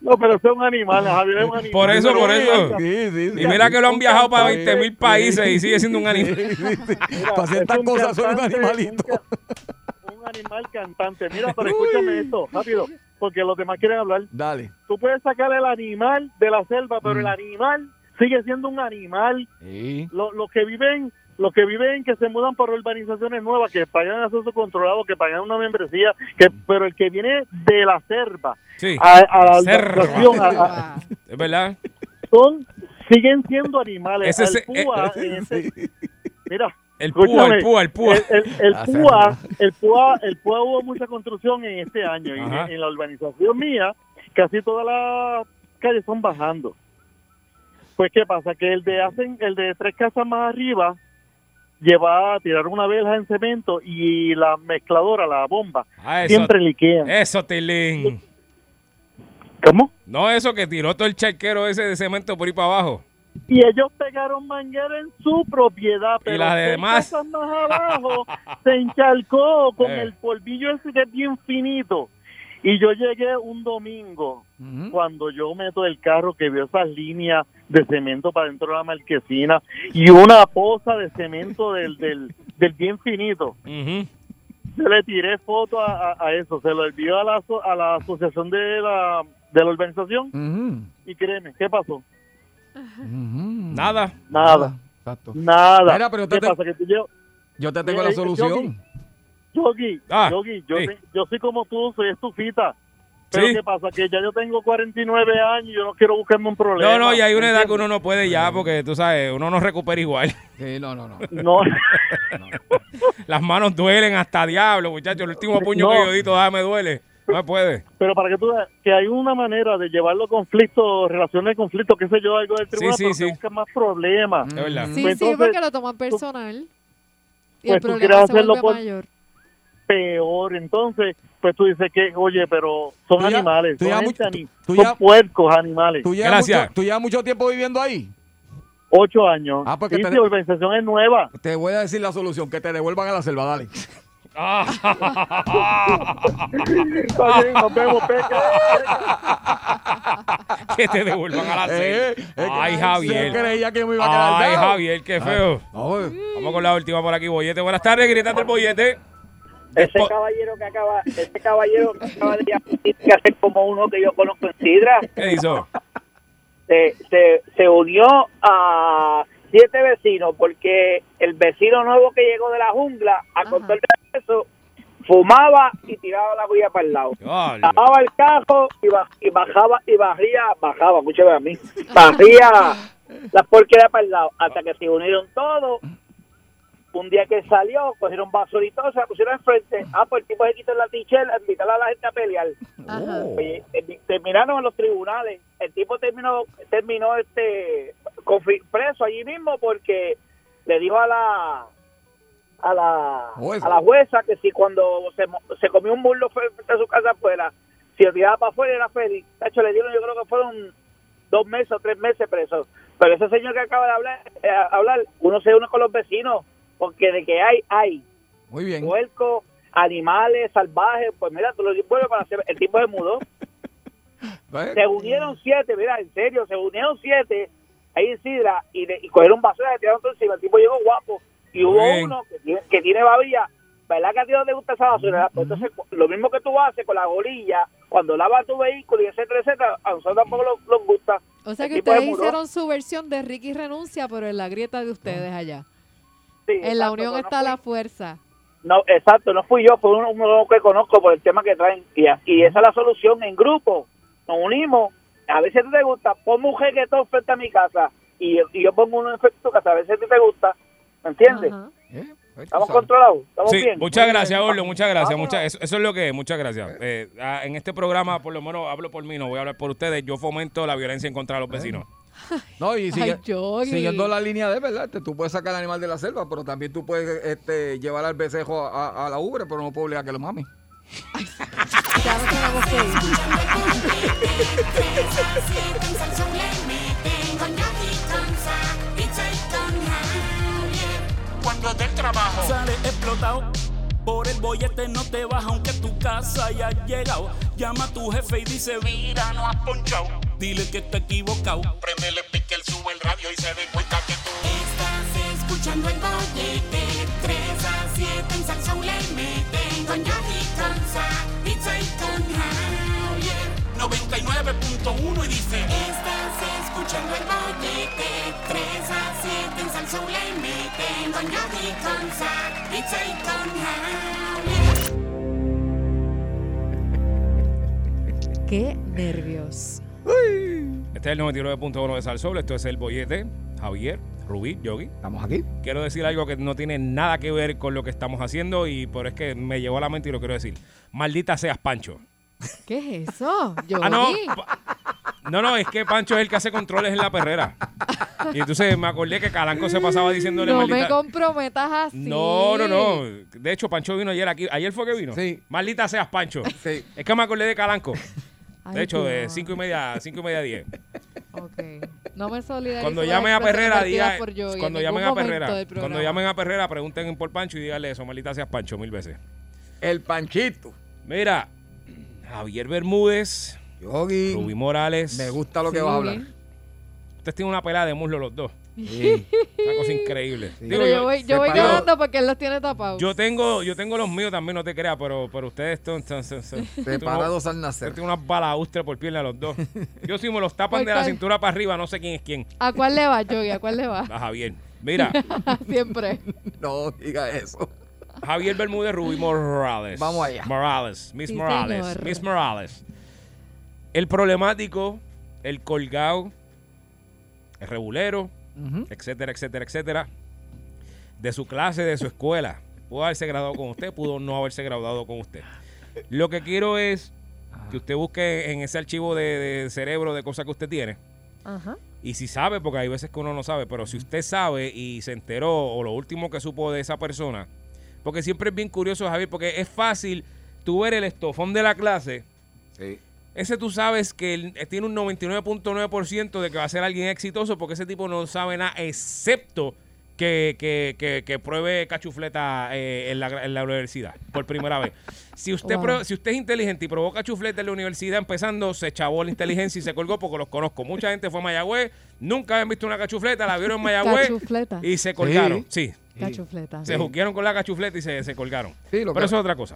S16: No, pero eso es un animal, Javier es un animal.
S8: Por eso, por eso. Y mira que lo han viajado para 20 mil países y sigue siendo un animal.
S3: Para hacer estas cosas soy un animalito.
S16: un animal cantante. Mira, pero escúchame esto, rápido, porque los demás quieren hablar.
S3: Dale. Mm.
S16: Tú puedes sacar el animal de la selva, pero el animal sigue siendo un animal. Lo- Los, que viven, los que viven, que se mudan por urbanizaciones nuevas, que pagan acceso controlado, que pagan una membresía, que, pero el que viene de la selva,
S8: Sí.
S16: a, a la
S8: Cerva.
S16: urbanización, a- a-
S8: Es verdad.
S16: son, siguen siendo animales.
S8: Ese
S16: Al
S8: es- eh,
S16: púa, en ese- mira,
S8: El púa, el
S16: Escúchame,
S8: púa, el púa.
S16: El, el- el púa, el púa, el púa hubo mucha construcción en este año y
S8: Ajá.
S16: en, en la urbanización mía casi todas las calles son bajando. Pues qué pasa que el de hacen el de tres casas más arriba lleva a tirar una verja en cemento y la mezcladora, la bomba,
S8: Ah, eso-
S16: siempre liquean.
S8: Eso, Tilín.
S16: ¿Cómo?
S8: No, eso que tiró todo el charquero ese de cemento por ahí para abajo.
S16: Y ellos pegaron manguera en su propiedad, pero
S8: las
S16: tres
S8: demás.
S16: casas más abajo se encharcó con
S8: Eh.
S16: el polvillo ese que es bien finito. Y yo llegué un domingo, cuando yo meto el carro que veo esas líneas de cemento para dentro de la marquesina y una poza de cemento del, del, del bien finito. Yo le tiré foto a, a- a eso, se lo envió a la, aso- a la asociación de la, de la urbanización
S8: Mm.
S16: y créeme, ¿qué pasó?
S8: Nada.
S16: Nada. Nada.
S8: Mira, pero
S16: ¿Qué
S8: te-
S16: pasa? Que tú llevas- Eh,
S3: Yo te
S8: tengo la solución.
S16: Yogi,
S8: Ah,
S16: Yogi, yo,
S8: sí.
S16: te- yo soy como tú, soy estufita. Pero
S8: Sí.
S16: ¿qué pasa? Que ya yo tengo 49 años y yo no quiero buscarme un problema.
S8: No, no, y hay una edad que uno no puede ya porque tú sabes, uno no recupera igual.
S3: Sí, no, no, no.
S16: No.
S8: Las manos duelen hasta diablo, muchachos. El último puño
S16: No.
S8: que yo di todavía me duele. No me puede.
S16: Pero para que tú veas que hay una manera de llevar los conflictos, relaciones de conflicto, qué sé yo, algo del tribunal,
S8: sí,
S16: pero
S8: sí.
S16: que busca más problemas.
S8: verdad.
S4: Sí,
S16: Pues
S4: sí,
S16: entonces,
S4: porque lo toman personal. Y
S16: pues
S4: el
S16: tú quieres
S4: problema se
S16: hacerlo
S4: vuelve
S16: por-
S4: mayor.
S16: peor. Entonces, pues tú dices que, oye, pero son animales,
S3: tú ya
S16: son,
S3: mucho-
S16: gente ani-
S3: tú
S16: son
S3: ya-
S16: puercos animales.
S3: ¿Tú llevas, mucho, ¿Tú llevas mucho tiempo viviendo ahí?
S16: Ocho años.
S3: Ah, porque
S16: Sí,
S3: te-
S16: sí, urbanización es nueva.
S3: Te voy a decir la solución, que te devuelvan a la selva, dale.
S16: Está bien, nos vemos,
S8: Que te devuelvan a la
S3: Eh,
S8: sed. Ay,
S3: se
S8: Javier.
S3: creía que me iba a quedar
S8: Ay,
S3: dado. Ah, eh.
S8: Javier, qué feo. Vamos con la última por aquí, Bollete. Buenas tardes, gritando el Bollete.
S12: Ese
S8: Despo-
S12: caballero que acaba, ese caballero que acaba de llamar tiene que hacer como uno que yo conozco en Sidra,
S8: ¿Qué hizo?
S12: se, se, se unió a siete vecinos porque el vecino nuevo que llegó de la jungla a control de eso fumaba y tiraba la guía para el lado.
S8: Diablo.
S12: Lavaba el cajo y, ba- y bajaba y barría, bajaba, escúchame a mí, barría la porquería para el lado hasta que se unieron todos. Un día que salió, cogieron basurito, se la pusieron enfrente. Ah, pues el tipo se quitó la tichela, invitaron a la gente a pelear. Oye, eh, terminaron en los tribunales. El tipo terminó terminó este confi- preso allí mismo porque le dijo a la a la
S1: Jueza.
S12: a la jueza que si cuando se, mo- se comió un burlo frente a su casa afuera, si lo tiraba para afuera era feliz. De hecho, le dieron yo creo que fueron dos meses o tres meses presos. Pero ese señor que acaba de hablar, eh, hablar uno se une con los vecinos porque de que hay, hay.
S3: Muy bien.
S12: Puercos, animales, salvajes, pues mira, tú lo vuelves para hacer, el tipo se mudó.
S1: ¿Eh?
S12: Se unieron siete, mira, en serio, se unieron siete ahí en Sidra y, le- y cogieron basura, le tiraron todo encima. El tipo llegó guapo y
S1: Muy
S12: hubo
S1: bien.
S12: uno que tiene, que tiene babilla. ¿Verdad que a ti no te gusta esa basura?
S16: Ah,
S12: verdad? Pues entonces, cu- lo mismo que tú haces con la golilla, cuando lavas tu vehículo y etcétera, etcétera, a nosotros tampoco nos, nos gusta.
S4: O sea
S12: El
S4: que
S12: tipo se
S4: ustedes
S12: mudó.
S4: hicieron su versión de Ricky renuncia, pero en la grieta de ustedes allá. en la
S12: exacto,
S4: unión
S12: pero no
S4: está la fuerza.
S12: No, exacto, no fui yo, fue uno, uno que conozco por el tema que traen. Y, a- y esa es la solución en grupo. Nos unimos. A veces te gusta, pongo un reggaetón frente a mi casa y, y yo pongo uno en frente a tu casa. A veces te gusta. ¿Me entiendes? Estamos controlados, estamos
S8: Sí,
S12: bien.
S8: muchas gracias, Orlo, muchas gracias. muchas- eso, eso es lo que es, muchas gracias. Eh, ah, en este programa, por lo menos hablo por mí, no voy a hablar por ustedes. Yo fomento la violencia en contra de los vecinos.
S3: No, y sigue-
S4: Ay, Yogi.
S3: siguiendo la línea de verdad, Este, tú puedes sacar al animal de la selva, pero también tú puedes este, llevar al becerro a, a- a la ubre, pero no puedo obligar a que lo mame.
S4: Ya no tenemos que
S1: Cuando del trabajo sale explotado. Por el bollete no te baja aunque tu casa haya llegado. Llama a tu jefe y dice, mira, no has ponchado. Dile que está equivocado. Prendele pique, él sube el radio y se dé cuenta que tú estás escuchando el bollete. 3 a 7 en salsa le meten con Yogi, con Sa, pizza y con Javier. 99.1 y dice, estás escuchando el bollete. 3 a 7 en salsa le meten con Yogi, con Sa, pizza y con Javier.
S4: Qué nervios.
S8: Este es el 99.1 de Salsol. Esto es el bollete. Javier, Rubí, Yogi.
S3: Estamos aquí.
S8: Quiero decir algo que no tiene nada que ver con lo que estamos haciendo, y pero es que me llegó a la mente y lo quiero decir. Maldita seas, Pancho.
S4: ¿Qué es eso? Yo
S8: Ah, no. No, no, es que Pancho es el que hace controles en la perrera. Y entonces me acordé que Calanco se pasaba diciéndole
S4: no me
S8: maldita.
S4: comprometas así.
S8: No, no, no. De hecho, Pancho vino ayer aquí. ¿Ayer fue que vino? Sí. Maldita seas, Pancho. Es que me acordé de Calanco.
S4: Ay,
S8: De hecho, de
S4: Dios.
S8: 5 y media, cinco y media a 10.
S4: No me solidarizo.
S8: Cuando
S4: con las
S8: llamen a
S4: expresiones
S8: Perrera,
S4: vertidas
S8: diga,
S4: por Yogi en
S8: cuando
S4: ningún
S8: llamen a
S4: momento
S8: Perrera,
S4: del
S8: cuando
S4: programa.
S8: llamen a Perrera, pregunten por Pancho y díganle eso, maldita seas Pancho, mil veces. El Panchito. Mira, Javier Bermúdez,
S3: Yogi,
S8: Rubí Morales. Me
S3: gusta lo que Sí. vas a hablar.
S8: Ustedes tienen una pelada de muslo los dos.
S3: Sí.
S8: Una cosa increíble. Digo,
S4: Pero yo voy, yo voy
S8: Digo,
S4: ganando porque él los tiene tapados.
S8: yo tengo, yo tengo los míos también, no te creas, pero, pero ustedes son, son- son- son-
S3: Separados
S8: son-
S3: al nacer.
S8: Yo tengo unas balaustres por pierna a los dos. Yo si me los tapan
S4: ¿Por
S8: de la
S4: cuál?
S8: cintura para arriba, no sé quién es quién.
S4: ¿A cuál le va, Yogi? ¿A cuál le va?
S8: A Javier. Mira,
S4: Siempre.
S8: no diga eso. Javier Bermúdez Rubí Morales.
S3: Vamos allá.
S8: Morales, Miss
S3: Sí,
S8: Morales,
S3: señor.
S8: Miss Morales. El problemático, el colgado, el regulero, etcétera, etcétera, etcétera. De su clase, de su escuela. Pudo haberse graduado con usted, pudo no haberse graduado con usted. Lo que quiero es que usted busque en ese archivo de, de cerebro de cosas que usted tiene.
S4: Ajá.
S8: Y si sabe, porque hay veces que uno no sabe, pero si usted sabe y se enteró o lo último que supo de esa persona, porque siempre es bien curioso, Javier, porque es fácil tú ver el estofón de la clase. Ese tú sabes que él eh, tiene un 99.9% de que va a ser alguien exitoso porque ese tipo no sabe nada excepto que, que- que- que pruebe cachufleta eh, en, la, en la universidad por primera vez. Si usted,
S14: Wow.
S8: prue- si usted es inteligente y probó cachufleta en la universidad empezando, se chavó la inteligencia y se colgó porque los conozco. Mucha gente fue a Mayagüez, nunca habían visto una cachufleta, la vieron en Mayagüez
S4: Cachufleta.
S8: y se colgaron. Sí.
S4: Cachufleta.
S8: Se juquearon con la cachufleta y se, se colgaron.
S3: lo
S8: Pero
S3: que-
S8: eso es otra cosa.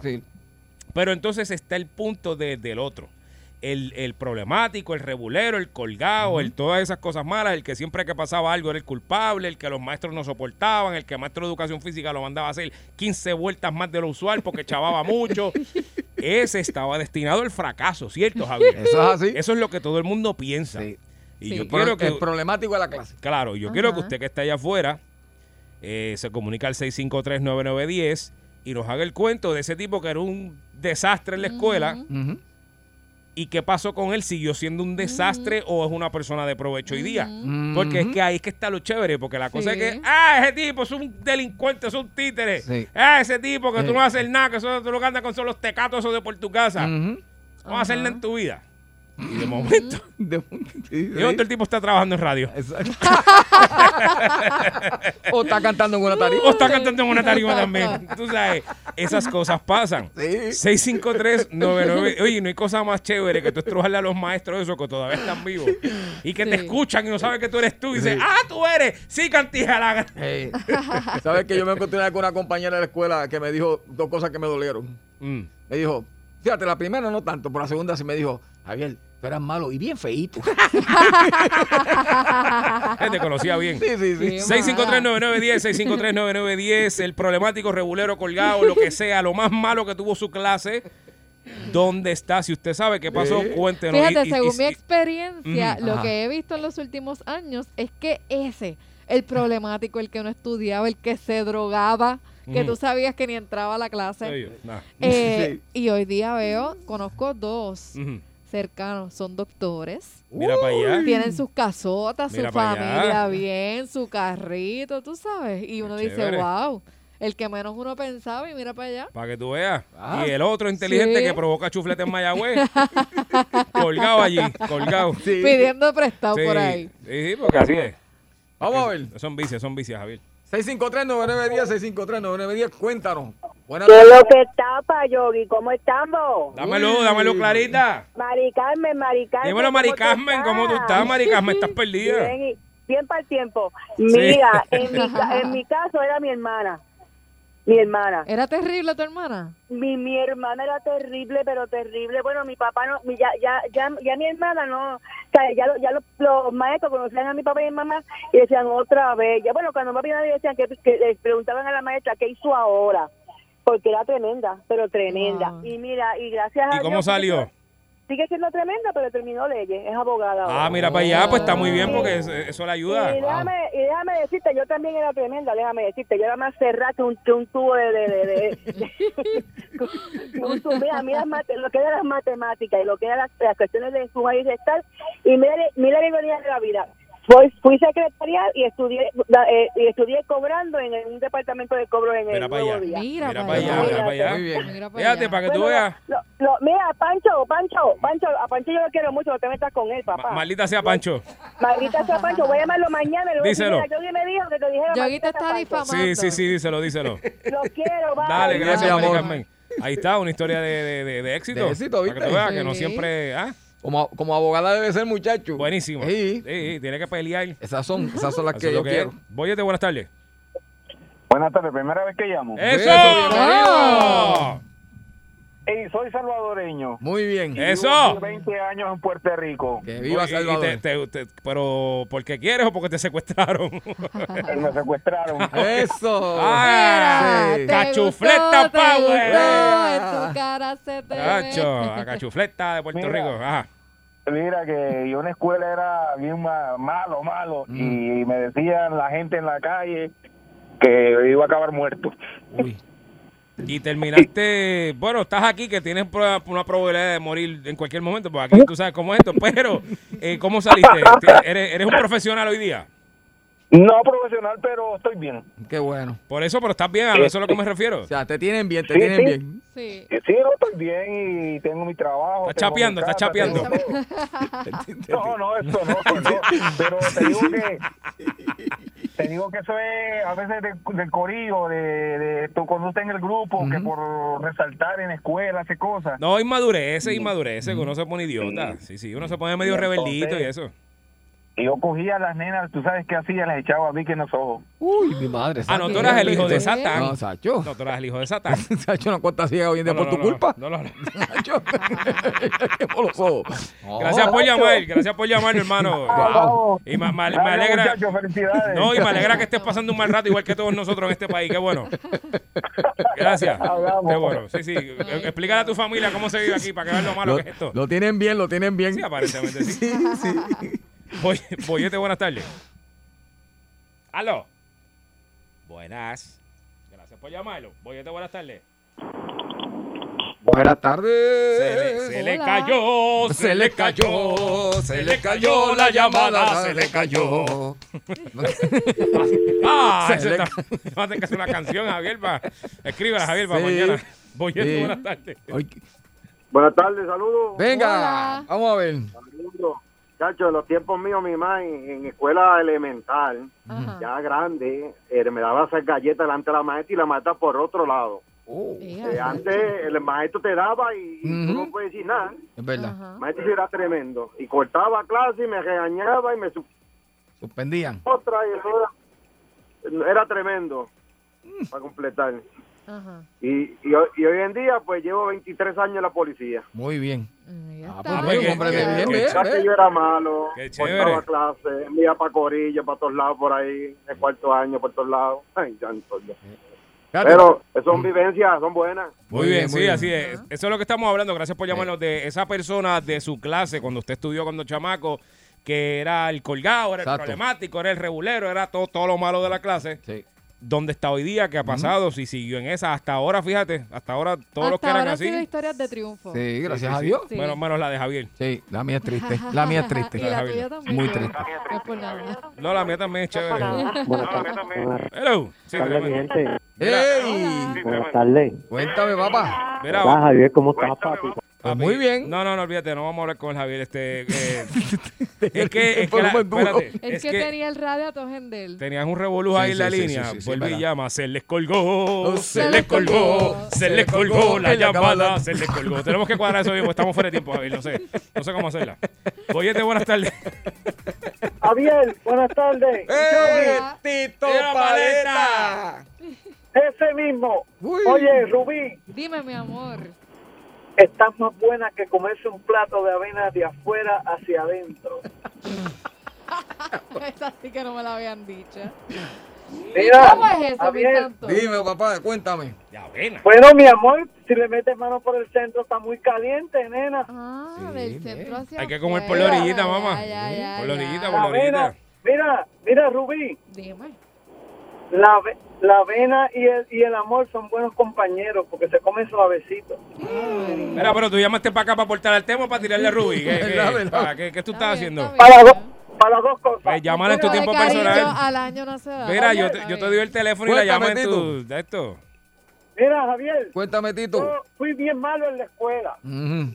S8: Pero entonces está el punto de- del otro. El, el problemático, el rebulero, el colgado, el todas esas cosas malas, el que siempre que pasaba algo era el culpable, el que los maestros no soportaban, el que el maestro de educación física lo mandaba a hacer 15 vueltas más de lo usual porque chavaba mucho. Ese estaba destinado al fracaso, ¿cierto, Javier?
S3: Eso es así.
S8: Eso es lo que todo el mundo piensa. Y
S3: Sí.
S8: yo quiero que
S3: El problemático de la clase.
S8: Pues, Claro, yo quiero que
S3: Ajá.
S8: usted que está allá afuera eh, se comunique al 6539910 y nos haga el cuento de ese tipo que era un desastre en la escuela y qué pasó con él, siguió siendo un desastre o es una persona de provecho hoy día. Porque es que ahí es que está lo chévere, porque la cosa
S17: Sí.
S8: es que, ah, ese tipo es un delincuente, es un títere.
S17: Sí.
S8: Ah, ese tipo que
S17: Sí.
S8: tú
S3: Eh.
S8: no haces nada, que solo tú lo que andas con son los tecatos esos de por tu casa. No vas a hacer nada en tu vida. Y de momento. de momento el tipo está trabajando en radio.
S3: O está cantando en una tarima.
S8: O está cantando en una tarima también. Tú sabes, esas cosas pasan. 653-99. Oye, no hay cosa más chévere que tú estrujarle a los maestros eso que todavía están vivos. Y que te escuchan y no saben que tú eres tú. Y dices, ah, tú eres. Sí, cantijalaga.
S3: ¿Sabes que yo me encontré una vez con una compañera de la escuela que me dijo dos cosas que me dolieron?
S8: Mm.
S3: Me dijo, fíjate, la primera no tanto, pero la segunda sí me dijo, Javier, tú eras malo y bien feíto.
S8: Que Eh, te conocía bien.
S3: Sí, sí, sí.
S8: 653-9910, 653-9910, el problemático regulero colgado, lo que sea, lo más malo que tuvo su clase. ¿Dónde está? Si usted sabe qué pasó,
S3: Sí.
S8: cuéntenos.
S4: Fíjate,
S8: Este, Y- y-
S4: según
S8: y-
S4: mi experiencia,
S8: Ujú,
S4: lo
S8: ajá.
S4: que he visto en los últimos años es que ese, el problemático, el que no estudiaba, el que se drogaba, que
S8: Ujú.
S4: tú sabías que ni entraba a la clase.
S8: Nah.
S4: Eh, Y hoy día veo, conozco dos.
S8: Ujú.
S4: cercanos son doctores.
S8: Mira pa' allá.
S4: Tienen sus casotas,
S8: Mira
S4: su
S8: pa' allá.
S4: familia bien, su carrito, tú sabes. Y uno dice,
S8: chévere.
S4: wow, el que menos uno pensaba y mira para allá.
S8: Para que tú veas.
S4: Ah.
S8: y el otro inteligente
S4: Sí.
S8: que provoca chuflete en Mayagüez. colgado allí, colgado.
S4: Pidiendo prestado
S8: Sí,
S4: por ahí.
S8: Sí, sí, porque así es.
S3: Vamos a ver.
S8: Son vicios, son vicios, Javier.
S3: 653-9910, 653-9910, cuéntanos. Buenas
S14: ¿Qué es lo
S3: noches.
S14: que tapa, Yogi? ¿Cómo estamos?
S8: Dámelo, dámelo, Clarita.
S14: Mari Carmen, Mari Carmen.
S8: Dímelo, Mari Carmen, ¿cómo tú estás, Mari Carmen? Estás perdida.
S14: Bien, y- bien para el tiempo.
S8: Sí.
S14: Mira, en, mi, ca- en mi caso era mi hermana. Mi hermana.
S4: ¿Era terrible tu hermana?
S14: Mi, mi hermana era terrible, pero terrible. Bueno, mi papá no, mi- ya, ya, ya, ya mi hermana no, o sea, ya, lo- ya lo- los maestros conocían a mi papá y mi mamá y decían otra vez. Ya, bueno, cuando papi y mamá decían que, que les preguntaban a la maestra qué hizo ahora, porque era tremenda, pero tremenda.
S4: Ah.
S14: Y mira, y gracias a
S8: ¿Y cómo
S14: Dios,
S8: salió?
S14: Sigue siendo tremenda, pero terminó leyes, es abogada. ahora.
S8: Ah, mira para allá, pues está muy bien porque es- eso le ayuda.
S14: Y déjame, y déjame decirte, yo también era tremenda, déjame decirte, yo era más cerrada que un, que un tubo de... de, de, de- que un tubo. mira, mira las mate- lo que era las matemáticas y lo que eran las, las cuestiones de suma y restar, y mira, mira la ironía de la vida. Fui, fui secretaria y estudié, da- eh, y estudié cobrando en el- un departamento de cobro en
S8: Mira
S14: el
S8: para allá.
S14: nuevo día.
S8: Mira para allá, mira para allá. Fíjate, para que tú
S14: Bueno,
S8: veas.
S14: lo- lo- mira, Pancho, Pancho, Pancho, a Pancho yo lo quiero mucho, no te metas con él, papá.
S8: Maldita sea Pancho.
S14: Maldita sea Pancho, voy a llamarlo mañana. y le voy a decir,
S8: Díselo.
S14: mira, Yogi me dijo que te dijera. maldita sea Pancho.
S8: Sí, sí, sí, díselo, díselo.
S14: Lo quiero, va.
S8: Dale, gracias,
S3: Gracias,
S8: Mari
S3: amor.
S8: Carmen. Ahí está, una historia de, de- de- de éxito.
S3: De éxito, ¿viste?
S8: Para que tú veas que no
S3: Sí.
S8: siempre. ¿ah?
S3: Como, como abogada debe ser, muchacho.
S8: Buenísimo. Sí, sí, tiene que pelear.
S3: Esas son, esas son las
S8: Eso
S3: que
S8: es lo
S3: yo
S8: que
S3: quiero.
S8: es. Boyete, buenas tardes.
S9: Buenas tardes, primera vez que llamo.
S8: ¡Eso!
S9: ¡Bienvenido! Ey, soy salvadoreño.
S3: Muy bien.
S9: Eso.
S8: ¡Eso!
S9: 20 años en Puerto Rico. Que
S8: Y- y te- te- te- pero, ¿por qué quieres o porque te secuestraron?
S9: Me secuestraron.
S3: Eso.
S8: Ah,
S9: Mira, te
S8: ¡Cachufleta
S9: gustó, te
S8: Power!
S4: No,
S3: Ah.
S8: Ah.
S4: en tu cara se te ve.
S8: Cacho, la cachufleta de Puerto
S9: Mira.
S8: Rico. Ah. Ajá.
S9: Mira que yo en la escuela era bien ma- malo, malo.
S3: Mm.
S9: Y me decían la gente en la calle que iba a acabar muerto.
S8: Y terminaste, bueno, estás aquí que tienes proba- una probabilidad de morir en cualquier momento, porque aquí tú sabes cómo es esto, pero eh, ¿cómo saliste? Ti- ¿Eres, eres un profesional hoy día?
S9: No profesional, pero estoy bien.
S3: Qué bueno.
S8: Por eso, pero estás bien, a eso es a lo que me refiero. O
S3: sea, te tienen bien, te
S9: Sí,
S3: tienen
S9: sí.
S3: bien.
S4: Sí.
S9: Sí, no, estoy bien y tengo mi trabajo.
S8: Está
S9: tengo mi
S8: chapeando, está
S9: casa,
S8: chapeando.
S9: tengo- No, no, eso no, no. Pero te digo que. Te digo que eso es a veces de- del corillo, de, de tu conducta en el grupo, que por resaltar en escuela, hace cosas.
S8: No, inmadurece, inmadurece, que uno se pone idiota. Sí, sí, uno se pone medio
S9: Mm. Y entonces-
S8: rebeldito y eso. Ah,
S9: Y yo cogía a las nenas, tú sabes qué hacía, las echaba a mí que en los ojos.
S3: Uy, mi madre.
S8: Ah, no, tú eras el hijo de Satán.
S3: No, Sacho.
S8: No, tú eras el hijo de Satán.
S3: Sacho, no cuenta ciega hoy en día
S8: No, no, no,
S3: por tu
S8: no,
S3: culpa.
S8: no, no, no.
S3: Sacho, por los ojos.
S8: Gracias por
S3: Sacho.
S8: llamar, gracias por llamar, mi hermano.
S3: Wow.
S8: Y ma- ma- me,
S9: Dale,
S8: alegra.
S9: muchachos, felicidades.
S8: No, y me alegra que estés pasando un mal rato igual que todos nosotros en este país. Qué bueno. Gracias.
S9: Hablamos. pues.
S8: Qué bueno. Sí, sí. E- Explícale a tu familia cómo se vive aquí para que vean lo malo
S3: Lo,
S8: que es esto.
S3: lo tienen bien, lo tienen bien.
S8: Sí, aparentemente sí. Boy- Boyete, buenas tardes. Aló. Buenas. Gracias por llamarlo. Boyete, buenas tardes.
S3: Buenas tardes.
S8: Se le, se le cayó, se le cayó, se le cayó la llamada, se le cayó. Ah,
S3: Se
S8: eso
S3: le
S8: está. Vas a tener que hacer una canción, Javier, pa. Escríbela, Javier, para
S3: Sí.
S8: mañana. Boyete,
S3: Sí.
S8: buenas tardes.
S3: Ay,
S18: Buenas tardes, saludos.
S3: Venga, vamos a ver.
S18: Saludos. Chacho, en los tiempos míos, mi mamá en, en escuela elemental, ya grande, eh, me daba esas galletas delante de la maestra y la maestra por otro lado.
S3: oh.
S18: Eh, antes el maestro te daba y, y tú
S3: Ujú.
S18: no puedes decir nada.
S3: Es verdad.
S18: El maestro sí era tremendo. Y cortaba clase y me regañaba y me su-
S3: Suspendían.
S18: otra y eso era, era tremendo
S3: Mm.
S18: para completar. Y, y hoy- y hoy en día, pues llevo 23 años en la policía.
S3: Muy bien. Ah, pues,
S18: Porque
S3: un hombre de bien, bien, bien.
S18: yo era malo, pues,
S3: Qué chévere.
S18: cortaba clases, me iba para Corillo, para todos lados por ahí, en cuarto año, por todos lados. Ay, santo Dios. Pero son vivencias, son buenas.
S8: Muy bien, sí, así es. Eso es lo que estamos hablando. Gracias por llamarnos de esa persona de su clase cuando usted estudió cuando chamaco, que era el colgado, era el
S3: Exacto.
S8: problemático, era el regulero, era todo, todo lo malo de la clase. dónde está hoy día, qué ha pasado, si siguió en esa. Hasta ahora, fíjate, hasta ahora todos los que
S4: Hasta
S8: eran
S4: ahora ha
S8: así.
S4: sido historias de triunfo.
S10: Sí, gracias
S8: sí,
S10: a
S8: sí.
S10: Dios.
S4: Sí.
S8: Menos, menos la de Javier.
S10: Sí, la mía es triste. La mía es triste.
S4: Y la tuya también.
S10: Muy triste.
S4: No es por nada.
S8: No, la mía también es chévere.
S10: Buenas
S8: Hello. Sí,
S5: Hola, mi
S8: tremendo.
S5: gente.
S8: ¡Ey!
S5: Buenas tardes.
S10: Cuéntame, papá.
S8: Mira,
S5: Hola, Javier, ¿cómo estás, papi?
S8: Pues muy bien. No, no, no, olvídate, no vamos a hablar con el Javier. Este, eh, es que, es que,
S5: Fue
S8: la-
S5: muy duro.
S8: espérate,
S4: Es,
S8: es
S4: que,
S8: que
S4: tenía el radio a Togendel.
S8: tenías un revolú
S5: Sí,
S8: ahí en
S5: sí,
S8: la
S5: sí,
S8: línea.
S5: sí, sí, sí,
S8: Vuelve
S5: verdad.
S8: y llama, se les colgó, se
S5: se
S8: les
S5: les
S8: colgó,
S5: colgó,
S8: se les colgó la llamada, se les colgó. Tenemos que cuadrar eso bien, porque estamos fuera de tiempo, Javier, no sé, no sé cómo hacerla. Oyete, buenas tardes.
S6: Javier, buenas tardes.
S3: Hola. Tito
S6: Paleta! Ese mismo. Oye, Rubí,
S4: Dime, mi amor.
S6: estás más buena que comerse un plato de avena de afuera hacia adentro.
S4: Esa sí que no me la habían dicho.
S6: Mira,
S4: ¿Cómo es eso, mi
S6: Javier.
S4: santo?
S3: Dime, papá, cuéntame.
S8: Ya ven.
S6: Bueno, mi amor, si le metes mano por el centro está muy caliente, nena.
S4: Ah, del centro hacia
S8: Hay que comer por la
S4: afuera.
S8: orillita, mamá.
S4: Ay, ay, ay,
S8: Por la orillita, por
S6: La
S8: la
S6: avena,
S8: orillita.
S6: mira, mira, Rubí,
S4: Dime.
S6: la, ave- la avena y el, y el amor son buenos compañeros porque se comen suavecito.
S8: Mira, pero tú llamaste para acá para aportar al tema o para tirarle a Ruby. ¿Qué, qué- para- qué- qué tú estás haciendo?
S6: Para, las dos- para las dos cosas.
S8: Pues llámala en tu
S4: Pero de
S8: tiempo
S4: cariño
S8: personal.
S4: al año no se da.
S8: Mira, yo te,
S4: Está
S8: yo te
S4: bien.
S8: doy el teléfono y la llamo en
S3: Cuéntame,
S8: tu... de esto.
S6: Mira, Javier.
S3: Cuéntame, Tito.
S6: Yo fui bien malo en la escuela.
S3: Ujú.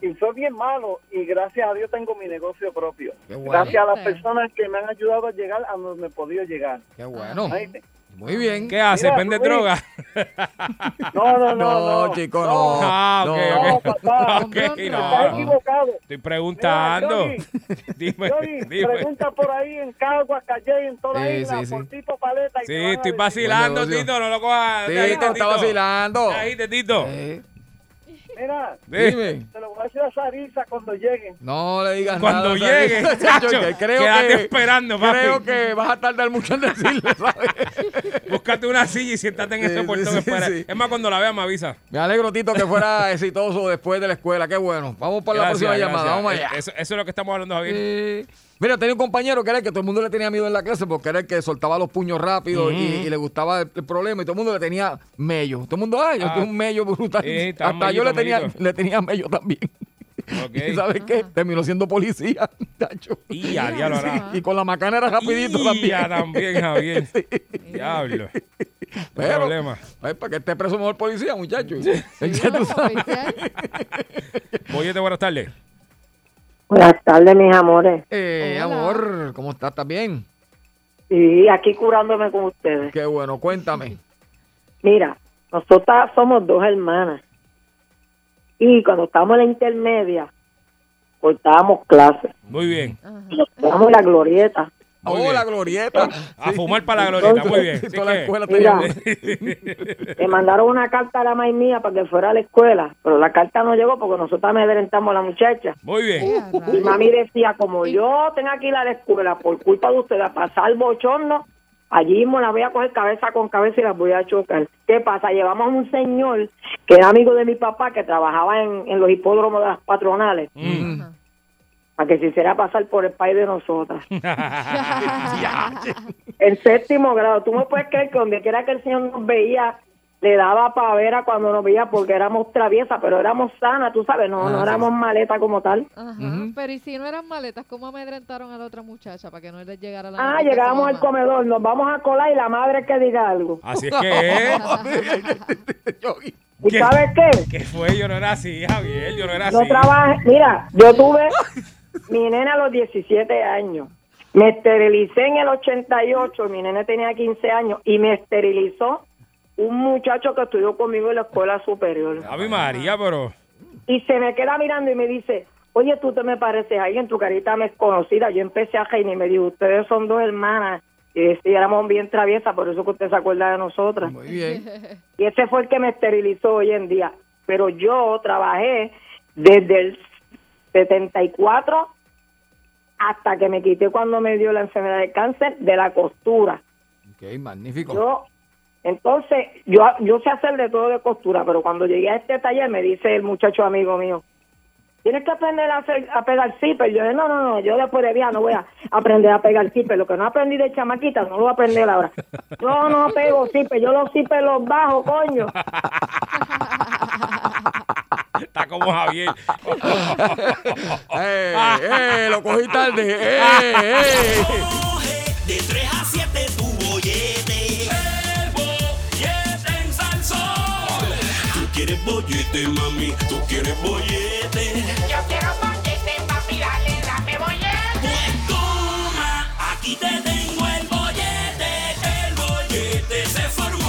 S6: Y soy bien malo. Y gracias a Dios tengo mi negocio propio.
S3: Qué bueno.
S6: Gracias a las personas que me han ayudado a llegar a donde he podido llegar.
S3: Qué bueno.
S6: Ay, te-
S3: Muy bien.
S8: ¿Qué haces?
S6: Mira,
S8: ¿Vende
S6: Rubén.
S8: droga?
S6: No, no, no.
S3: No, chico, no.
S8: Ah, ok,
S3: No.
S8: ok.
S6: papá,
S8: Ok,
S6: te
S8: no,
S6: estás
S8: no.
S6: equivocado.
S8: Estoy preguntando.
S6: Mira,
S8: dime,
S6: Yogi,
S8: dime.
S6: pregunta por ahí en Cagua, Calle, en toda
S8: Sí,
S6: la isla,
S8: sí, sí.
S6: por Tito Paleta. Y
S8: Sí,
S6: te van a
S8: estoy
S6: decir-
S8: vacilando,
S3: Buen negocio.
S8: Tito. No lo cojas.
S3: Sí,
S8: Te
S3: te
S8: agite,
S3: está
S8: Tito.
S3: vacilando.
S8: Te agite, Tito.
S6: Mira,
S3: Dime.
S6: te lo voy a decir a Sarisa cuando lleguen.
S3: No le digas
S8: Cuando
S3: nada.
S8: llegue,
S3: ¿sabes?
S8: chacho,
S3: Yo creo
S8: quédate
S3: que,
S8: esperando, papi.
S3: Creo que vas a tardar mucho en decirle, ¿sabes?
S8: Búscate una silla y siéntate en
S3: Sí,
S8: ese
S3: sí,
S8: portón.
S3: sí,
S8: espera.
S3: sí.
S8: Es más, cuando la vea me avisa.
S3: Me alegro, Tito, que fuera exitoso después de la escuela. Qué bueno. Vamos para la
S8: Gracias,
S3: próxima llamada.
S8: gracias.
S3: Vamos allá. Eh,
S8: Eso, eso es lo que estamos hablando, Javier.
S3: Mira, tenía un compañero que era el que todo el mundo le tenía miedo en la clase porque era el que soltaba los puños rápido
S8: Ujú.
S3: y, y le gustaba el, el problema y todo el mundo le tenía mello. Todo el mundo, ay, yo
S8: Ah.
S3: tengo un mello brutal.
S8: Eh, está
S3: Hasta yo le
S8: mellito,
S3: tenía,
S8: mellito. Ah.
S3: le tenía mello también. ¿Y sabes qué? Terminó siendo policía, tacho.
S8: Y ya, ya lo
S3: Sí,
S8: hará.
S3: y con la macana era rapidito
S8: Y
S3: también.
S8: ya también, Javier.
S3: Sí.
S8: Diablo.
S3: Pero,
S8: problema.
S3: ay, para que esté preso mejor policía, muchacho. Ya tú sabes.
S8: Boyete, buenas tardes.
S11: Buenas tardes, mis amores.
S3: Eh, amor, ¿cómo estás? ¿Estás bien?
S11: Y aquí curándome con ustedes.
S3: Qué bueno, cuéntame.
S11: Mira, nosotras somos dos hermanas. Y cuando estábamos en la intermedia, cortábamos clases.
S8: Muy bien.
S11: Nos quedábamos en la glorieta.
S3: Hola, oh, glorieta.
S8: A fumar para la glorieta, muy bien.
S3: Entonces,
S8: Así
S3: toda la
S8: que-
S3: escuela
S11: Le mandaron una carta a la maíz mía para que fuera a la escuela, pero la carta no llegó porque nosotras amedrentamos a la muchacha.
S8: Muy bien.
S11: Y mami decía, como yo tenga que ir a la escuela por culpa de ustedes a pasar bochorno, allí mismo la voy a coger cabeza con cabeza y las voy a chocar. ¿Qué pasa? Llevamos a un señor que era amigo de mi papá, que trabajaba en, en los hipódromos de las patronales, para que se hiciera pasar por el país de nosotras. En séptimo grado, tú me puedes creer que donde quiera que el señor nos veía, le daba pavera cuando nos veía porque éramos traviesas, pero éramos sanas, tú sabes, no, no
S4: Ah, sí.
S11: éramos maleta como tal.
S4: Ajá, pero y si no eran maletas, ¿cómo amedrentaron a la otra muchacha para que no les llegara la
S11: Ah,
S4: maleta
S11: llegamos
S4: a
S11: al
S4: su mamá?
S11: comedor, nos vamos a colar y la madre que diga algo.
S4: Ah,
S8: Así es que es.
S11: ¿Y
S8: ¿Qué?
S11: sabes qué?
S8: ¿Qué fue? Yo no era así, Javier. Yo no era así.
S11: No trabajé, mira, yo tuve mi nena a los 17 años. Me esterilicé en el 88, mi nena tenía 15 años y me esterilizó un muchacho que estudió conmigo en la escuela superior.
S8: A mi María, pero.
S11: Y se me queda mirando y me dice, oye, tú te me pareces a alguien, tu carita me es conocida. Yo empecé a reír y me dijo, ustedes son dos hermanas. Y decía, éramos bien traviesas, por eso que usted se acuerda de nosotras. Muy
S3: bien.
S11: Y ese fue el que me esterilizó hoy en día. Pero yo trabajé desde el 74 hasta que me quité cuando me dio la enfermedad del cáncer de la costura.
S3: Ok, magnífico.
S11: Yo, entonces, yo, yo sé hacer de todo de costura, pero cuando llegué a este taller me dice el muchacho amigo mío, tienes que aprender a, fe- a pegar zipper. Yo dije, no, no, no, yo después de viaje no voy a aprender a pegar zipper. Lo que no aprendí de chamaquita no lo voy a aprender ahora. Yo no pego zipper, yo los zipper los bajo, coño.
S19: Está como Javier.
S8: ¡Eh, eh! Lo cogí tarde. ¡Eh, eh!
S1: De 3 a 7 tu bollete. El bollete en salsón. Tú quieres bollete, mami. Tú quieres bollete.
S20: Yo quiero bollete, papi, dale, dame bollete.
S1: Pues toma, aquí te tengo el bollete. El bollete se formó.